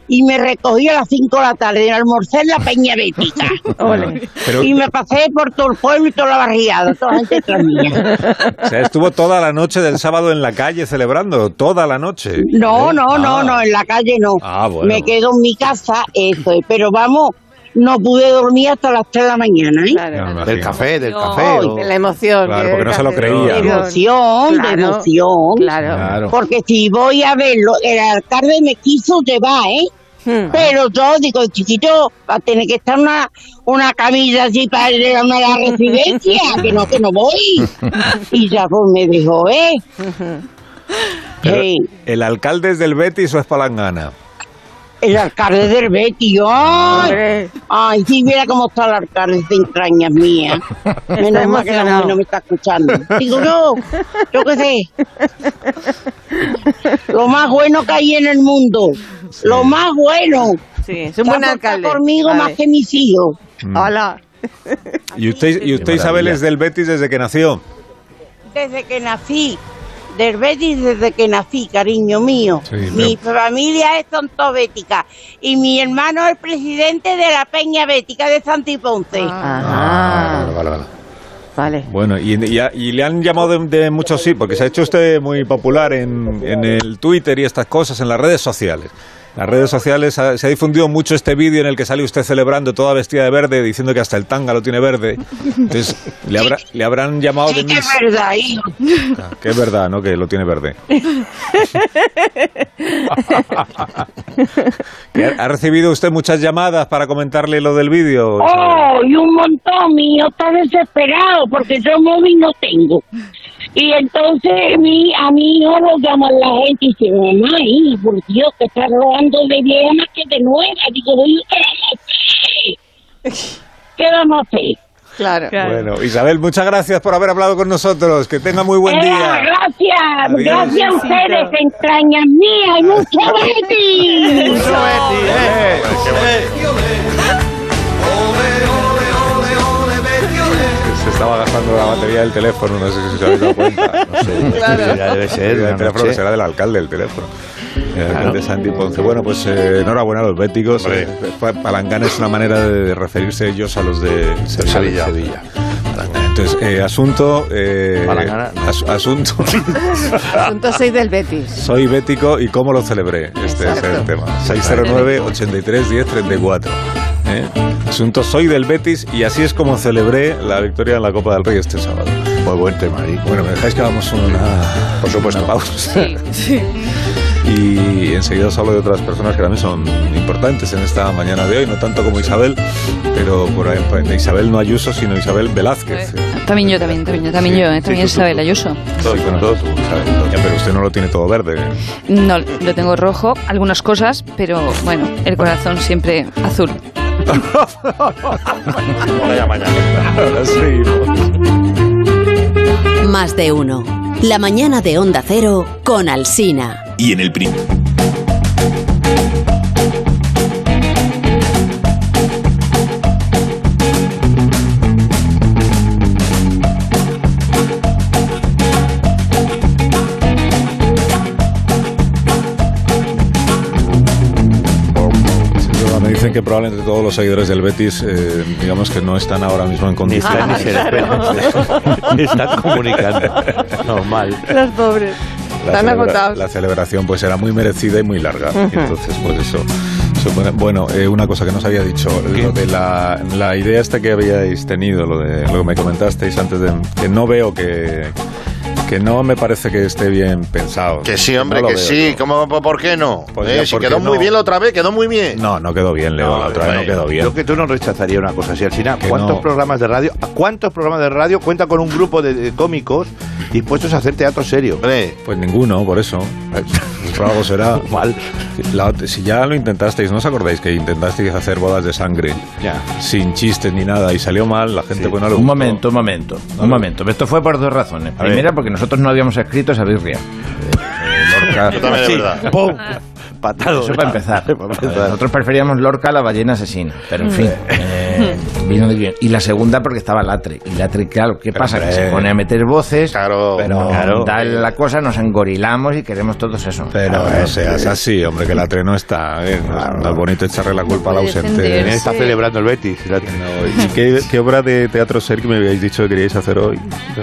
[SPEAKER 9] y me recogí a las 5 de la tarde. Almorcé en la Peña Bética.
[SPEAKER 1] Ah. Pero,
[SPEAKER 9] Y me pasé por todo el pueblo y toda la barriada, toda la gente tras mía.
[SPEAKER 1] o sea, estuvo toda la noche del sábado en la calle celebrando, toda la noche.
[SPEAKER 9] No,
[SPEAKER 1] ¿Eh?
[SPEAKER 9] no, no,
[SPEAKER 1] Ah.
[SPEAKER 9] no, en la calle no.
[SPEAKER 1] Ah, bueno.
[SPEAKER 9] Me quedo en mi casa, eso es. Pero vamos, no pude dormir hasta las 3 de la mañana, ¿eh?
[SPEAKER 1] Ya me
[SPEAKER 3] Claro.
[SPEAKER 8] Del
[SPEAKER 1] imagino.
[SPEAKER 8] café, del
[SPEAKER 10] No.
[SPEAKER 8] café. o-
[SPEAKER 3] La emoción.
[SPEAKER 1] Claro,
[SPEAKER 3] que
[SPEAKER 1] porque no se lo
[SPEAKER 3] hace-
[SPEAKER 1] creía,
[SPEAKER 9] De
[SPEAKER 1] ¿no?
[SPEAKER 9] emoción, de
[SPEAKER 3] Claro.
[SPEAKER 9] emoción.
[SPEAKER 3] Claro.
[SPEAKER 6] Claro.
[SPEAKER 9] Porque si voy a verlo, el alcalde me quiso llevar, ¿eh?
[SPEAKER 3] Hmm.
[SPEAKER 9] Pero yo digo, chiquito, va a tener que estar una, una camilla así para ir a una la residencia, que no, que no voy. Y ya pues me dijo, ¿eh?
[SPEAKER 1] Pero,
[SPEAKER 9] Sí,
[SPEAKER 1] ¿El alcalde es del Betis o es palangana?
[SPEAKER 9] el alcalde del Betis, ay,
[SPEAKER 3] Hombre,
[SPEAKER 9] ay, si viera cómo está el alcalde de entrañas mías. Menos mal que la mujer no me está escuchando. Digo yo, yo qué sé. Lo más bueno que hay en el mundo. Lo más bueno.
[SPEAKER 3] Sí, es un buen
[SPEAKER 9] Está
[SPEAKER 3] alcalde.
[SPEAKER 9] conmigo
[SPEAKER 3] Vale.
[SPEAKER 9] más que mis hijos.
[SPEAKER 1] Hmm.
[SPEAKER 3] Hola.
[SPEAKER 1] ¿Y usted, y usted
[SPEAKER 6] Qué
[SPEAKER 1] Isabel,
[SPEAKER 6] maravilla.
[SPEAKER 1] es del Betis desde que nació?
[SPEAKER 9] Desde que nací, del Betis desde que nací, cariño mío.
[SPEAKER 1] Sí,
[SPEAKER 9] mi familia es tontobética y mi hermano
[SPEAKER 3] Ah.
[SPEAKER 9] es presidente de la Peña Bética de Santiponce.
[SPEAKER 3] Ajá.
[SPEAKER 1] vale, vale.
[SPEAKER 3] Vale.
[SPEAKER 1] Bueno, y, y a- y le han llamado de, de muchos sí, porque se ha hecho usted muy popular en, en el Twitter y estas cosas, en las redes sociales. Las redes sociales ha- se ha difundido mucho este vídeo en el que sale usted celebrando toda vestida de verde, diciendo que hasta el tanga lo tiene verde. Entonces, le, habrá- le habrán llamado Ah, de
[SPEAKER 9] Sí que es
[SPEAKER 1] mis...
[SPEAKER 9] verdad, hijo.
[SPEAKER 1] Ah, Que es verdad, ¿no? Que lo tiene verde. Que ¿Ha ha recibido usted muchas llamadas para comentarle lo del vídeo?
[SPEAKER 9] Oh, y un montón, mi hijo está desesperado porque yo móvil no tengo. Y entonces mi, a mi hijo lo llama la gente y dice, mamá, hijo, por Dios, te estás robando de vieja más que de nueva. Digo, "Oye, ¿qué vamos a hacer? ¿Qué vamos a hacer?
[SPEAKER 3] Claro.
[SPEAKER 1] Bueno, Isabel, muchas gracias por haber hablado con nosotros. Que tenga muy buen
[SPEAKER 9] Eh,
[SPEAKER 1] día.
[SPEAKER 9] gracias,
[SPEAKER 1] Adiós.
[SPEAKER 9] gracias a ustedes, entrañas mías, y mucho Betty.
[SPEAKER 1] Eh. Se estaba gastando la batería del teléfono, no sé si se habéis dado cuenta. No sé.
[SPEAKER 8] Ya debe ser.
[SPEAKER 1] El
[SPEAKER 8] una
[SPEAKER 1] teléfono
[SPEAKER 8] noche.
[SPEAKER 1] que será del alcalde, el teléfono. El alcalde Santi Ponce. Bueno, pues eh, enhorabuena a los béticos.
[SPEAKER 4] Hombre.
[SPEAKER 1] Eh, pa- palangana es una manera de referirse ellos a los de
[SPEAKER 4] Sevilla.
[SPEAKER 1] Palangana. Entonces, eh, asunto. eh,
[SPEAKER 8] Palangana, no.
[SPEAKER 1] as- asunto.
[SPEAKER 3] Asunto 6 del Betis.
[SPEAKER 1] Soy bético y cómo lo celebré. Este es el tema. 609-83-1034. ¿eh? Asunto soy del Betis y así es como celebré la victoria en la Copa del Rey este sábado.
[SPEAKER 4] Muy buen tema, ahí.
[SPEAKER 1] Bueno, me dejáis que hagamos una,
[SPEAKER 4] Por supuesto.
[SPEAKER 1] una pausa. Y enseguida os hablo de otras personas que también son importantes en esta mañana de hoy, no tanto como Isabel, pero por ahí, pues, Isabel no Ayuso, sino Isabel Velázquez.
[SPEAKER 2] También yo, también, también yo, también yo, eh, también Isabel Ayuso.
[SPEAKER 1] Todo, bueno, todo tú, Isabel, todo. Ya, pero usted no lo tiene todo verde.
[SPEAKER 2] No, lo tengo rojo, algunas cosas, pero bueno, el corazón siempre azul.
[SPEAKER 4] Vaya mañana.
[SPEAKER 1] Ahora sí.
[SPEAKER 12] Más de uno. La mañana de Onda Cero con Alsina.
[SPEAKER 13] Y en el prim.
[SPEAKER 1] Me dicen que probablemente todos los seguidores del Betis, eh, digamos que no están ahora mismo en
[SPEAKER 8] Ni están ni
[SPEAKER 1] condiciones.
[SPEAKER 8] se despega. Ni están comunicando. Normal.
[SPEAKER 3] Los pobres. Están
[SPEAKER 1] celebra-
[SPEAKER 3] agotados.
[SPEAKER 1] La celebración pues era muy merecida y muy larga. Y entonces, pues eso. eso fue- bueno, eh, una cosa que nos había dicho, lo de la, la idea esta que habíais tenido, lo, de, lo que me comentasteis antes de que no veo que que no me parece que esté bien pensado.
[SPEAKER 4] Que sí, hombre,
[SPEAKER 1] No lo
[SPEAKER 4] que
[SPEAKER 1] veo,
[SPEAKER 4] sí.
[SPEAKER 1] no.
[SPEAKER 4] ¿Cómo, ¿Por qué no?
[SPEAKER 1] Pues
[SPEAKER 4] Eh,
[SPEAKER 1] ya,
[SPEAKER 4] si
[SPEAKER 1] ¿por qué
[SPEAKER 4] quedó muy
[SPEAKER 1] no?
[SPEAKER 4] bien la otra vez, quedó muy bien.
[SPEAKER 1] No, no quedó bien, Leo.
[SPEAKER 4] No,
[SPEAKER 1] la otra vez no
[SPEAKER 4] vale.
[SPEAKER 1] quedó bien.
[SPEAKER 8] Yo que tú no rechazaría una cosa así, Alcina.
[SPEAKER 1] Que
[SPEAKER 8] ¿Cuántos
[SPEAKER 1] no.
[SPEAKER 8] programas de radio, a cuántos programas de radio cuenta con un grupo de, de cómicos dispuestos a hacer teatro serio?
[SPEAKER 4] Hombre,
[SPEAKER 1] Pues ninguno, por eso. Por algo será.
[SPEAKER 8] Mal.
[SPEAKER 1] La ot- si ya lo intentasteis, ¿no os acordáis que intentasteis hacer bodas de sangre
[SPEAKER 8] Ya.
[SPEAKER 1] sin chistes ni nada y salió mal? La gente,
[SPEAKER 8] Sí.
[SPEAKER 1] pues no le
[SPEAKER 6] Un
[SPEAKER 1] gustó.
[SPEAKER 6] momento, un momento,
[SPEAKER 1] no.
[SPEAKER 6] un momento. Esto fue por dos razones.
[SPEAKER 1] ver.
[SPEAKER 6] Primera, porque nosotros no habíamos escrito esa birria.
[SPEAKER 1] Lorca.
[SPEAKER 4] yo también de verdad.
[SPEAKER 8] ¡Pum! Patado.
[SPEAKER 6] Eso para empezar.
[SPEAKER 8] Para empezar.
[SPEAKER 6] Nosotros preferíamos Lorca a la ballena asesina. Pero en fin, eh, vino de bien. Y la segunda porque estaba Latre. Y Latre, claro, ¿qué pasa? Que se
[SPEAKER 1] hombre.
[SPEAKER 6] pone a meter voces.
[SPEAKER 4] Claro,
[SPEAKER 6] Pero
[SPEAKER 1] claro.
[SPEAKER 6] da la cosa, nos engorilamos y queremos todos eso.
[SPEAKER 1] Pero no seas así, hombre, que la tren no está. eh, no, es- no es bonito echarle la culpa al
[SPEAKER 2] Puede
[SPEAKER 1] ausente. ¿eh?
[SPEAKER 2] defender.
[SPEAKER 8] Está celebrando el Betis. la-
[SPEAKER 1] No, ¿y qué, qué obra de teatro ser que me habéis dicho que queríais hacer hoy? Yo-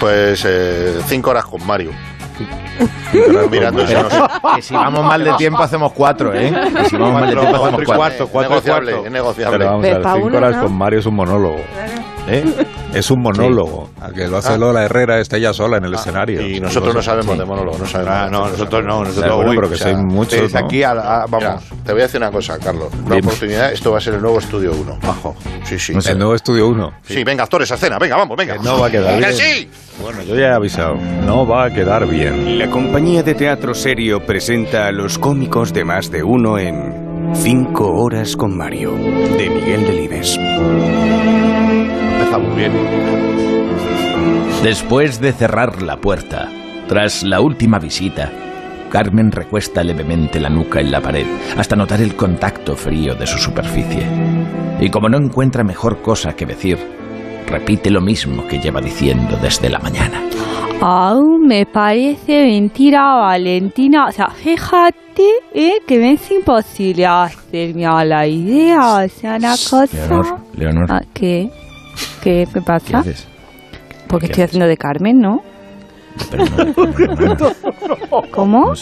[SPEAKER 4] Pues eh, cinco horas con Mario. Mirando
[SPEAKER 6] Pero que si vamos mal de tiempo hacemos cuatro, ¿eh? Que si vamos mal de
[SPEAKER 8] Cuatro,
[SPEAKER 6] tiempo hacemos
[SPEAKER 8] cuatro y
[SPEAKER 6] cuatro.
[SPEAKER 8] cuarto, cuatro y
[SPEAKER 4] negociable,
[SPEAKER 8] cuarto.
[SPEAKER 4] es negociable.
[SPEAKER 1] Pero vamos a
[SPEAKER 3] Ve,
[SPEAKER 1] ver,
[SPEAKER 3] pa'
[SPEAKER 1] cinco
[SPEAKER 3] uno,
[SPEAKER 1] horas
[SPEAKER 3] ¿no?
[SPEAKER 1] con Mario es un monólogo.
[SPEAKER 8] ¿Eh?
[SPEAKER 1] Es un monólogo. A que lo hace Lola Herrera, está ella sola en el escenario.
[SPEAKER 4] Y nosotros no sabemos de monólogo, no sabemos.
[SPEAKER 8] Ah, no, nosotros no. Nosotros,
[SPEAKER 1] Claro, bueno,
[SPEAKER 8] uy,
[SPEAKER 1] pero que sois muchos,
[SPEAKER 8] ustedes
[SPEAKER 1] ¿no?
[SPEAKER 8] aquí, a la- a-
[SPEAKER 4] Mira,
[SPEAKER 8] vamos.
[SPEAKER 4] te voy a decir una cosa, Carlos. Una
[SPEAKER 1] Dime.
[SPEAKER 4] oportunidad, esto va a ser el nuevo Estudio 1.
[SPEAKER 8] Bajo.
[SPEAKER 4] Sí, sí.
[SPEAKER 6] No sé.
[SPEAKER 1] El nuevo estudio 1.
[SPEAKER 4] Sí, venga, actores, a escena, venga, vamos, venga.
[SPEAKER 1] Que no va a quedar
[SPEAKER 4] ¡Que
[SPEAKER 1] bien.
[SPEAKER 4] sí!
[SPEAKER 1] Bueno, yo ya he avisado. No va a quedar bien.
[SPEAKER 13] La compañía de teatro serio presenta a los cómicos de más de uno en Cinco horas con Mario, de Miguel Delibes.
[SPEAKER 8] Empezamos bien.
[SPEAKER 6] Después de cerrar la puerta, tras la última visita, Carmen recuesta levemente la nuca en la pared hasta notar el contacto frío de su superficie. Y como no encuentra mejor cosa que decir, repite lo mismo que lleva diciendo desde la mañana.
[SPEAKER 2] Aún me parece mentira, Valentina. O sea, fíjate eh, que me es imposible hacerme a la idea. O sea, una cosa.
[SPEAKER 14] Ah,
[SPEAKER 6] Leonor, Leonor,
[SPEAKER 2] Ah, ¿Qué? ¿Qué me
[SPEAKER 6] ¿qué
[SPEAKER 2] pasa?
[SPEAKER 6] haces?
[SPEAKER 14] Porque estoy haciendo de Carmen, ¿no?
[SPEAKER 6] Oh,
[SPEAKER 14] ¿Cómo?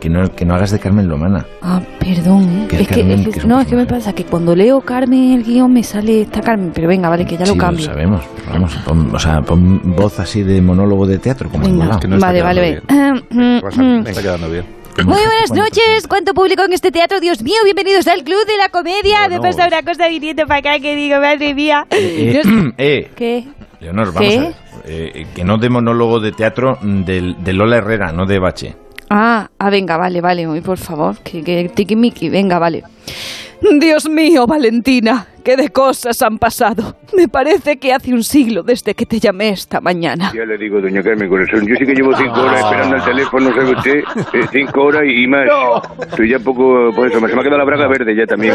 [SPEAKER 6] Que no, que no hagas de Carmen Lomana.
[SPEAKER 14] Ah, perdón. ¿eh?
[SPEAKER 6] Que
[SPEAKER 14] Es que,
[SPEAKER 6] Carmen,
[SPEAKER 14] es que-
[SPEAKER 6] que es un
[SPEAKER 14] no, es que me pasa que cuando leo Carmen el guión me sale esta Carmen, pero venga, vale, que ya lo
[SPEAKER 6] Sí,
[SPEAKER 14] cambio.
[SPEAKER 6] sabemos. pero Vamos, pon, o sea, pon voz así de monólogo de teatro. Como
[SPEAKER 14] Venga,
[SPEAKER 6] molado.
[SPEAKER 14] vale, vale, vale.
[SPEAKER 6] está quedando bien.
[SPEAKER 14] Muy buenas noches, ¿cuánto público en este teatro? Dios mío, bienvenidos al Club de la Comedia. Me pasa una cosa viniendo para acá que digo, madre mía.
[SPEAKER 6] Eh,
[SPEAKER 14] Dios-
[SPEAKER 6] eh,
[SPEAKER 14] ¿Qué?
[SPEAKER 6] Leonor, vamos
[SPEAKER 14] ¿Qué?
[SPEAKER 6] a ver. Eh, eh, que no de monólogo de teatro mm, del- de, Lola Herrera, no de Bache.
[SPEAKER 14] Ah, ah, venga, vale, vale, uy, por favor, que, que tiquimiqui, venga, vale. Dios mío, Valentina, qué de cosas han pasado. Me parece que hace un siglo desde que te llamé esta mañana.
[SPEAKER 15] Ya le digo, doña Carmen Corazón, yo sí que llevo cinco horas esperando al teléfono, ¿sabe usted? Eh, cinco horas y más. Estoy ya un poco, por eso, me- se me ha quedado la braga verde ya también.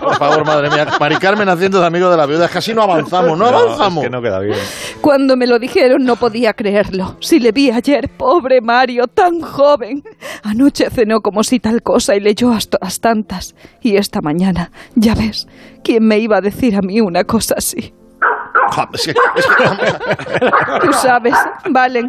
[SPEAKER 4] Por favor, madre mía. Mari Carmen haciendo de amigo de la viuda. Es que así no avanzamos, no,
[SPEAKER 14] No,
[SPEAKER 4] avanzamos. que no queda bien.
[SPEAKER 14] Cuando me lo dijeron no podía creerlo. Si le vi ayer, pobre Mario, tan joven. Anoche cenó como si tal cosa y leyó hasta las tantas. Y esta mañana, ya ves, ¿quién me iba a decir a mí una cosa así? Tú sabes, Valen,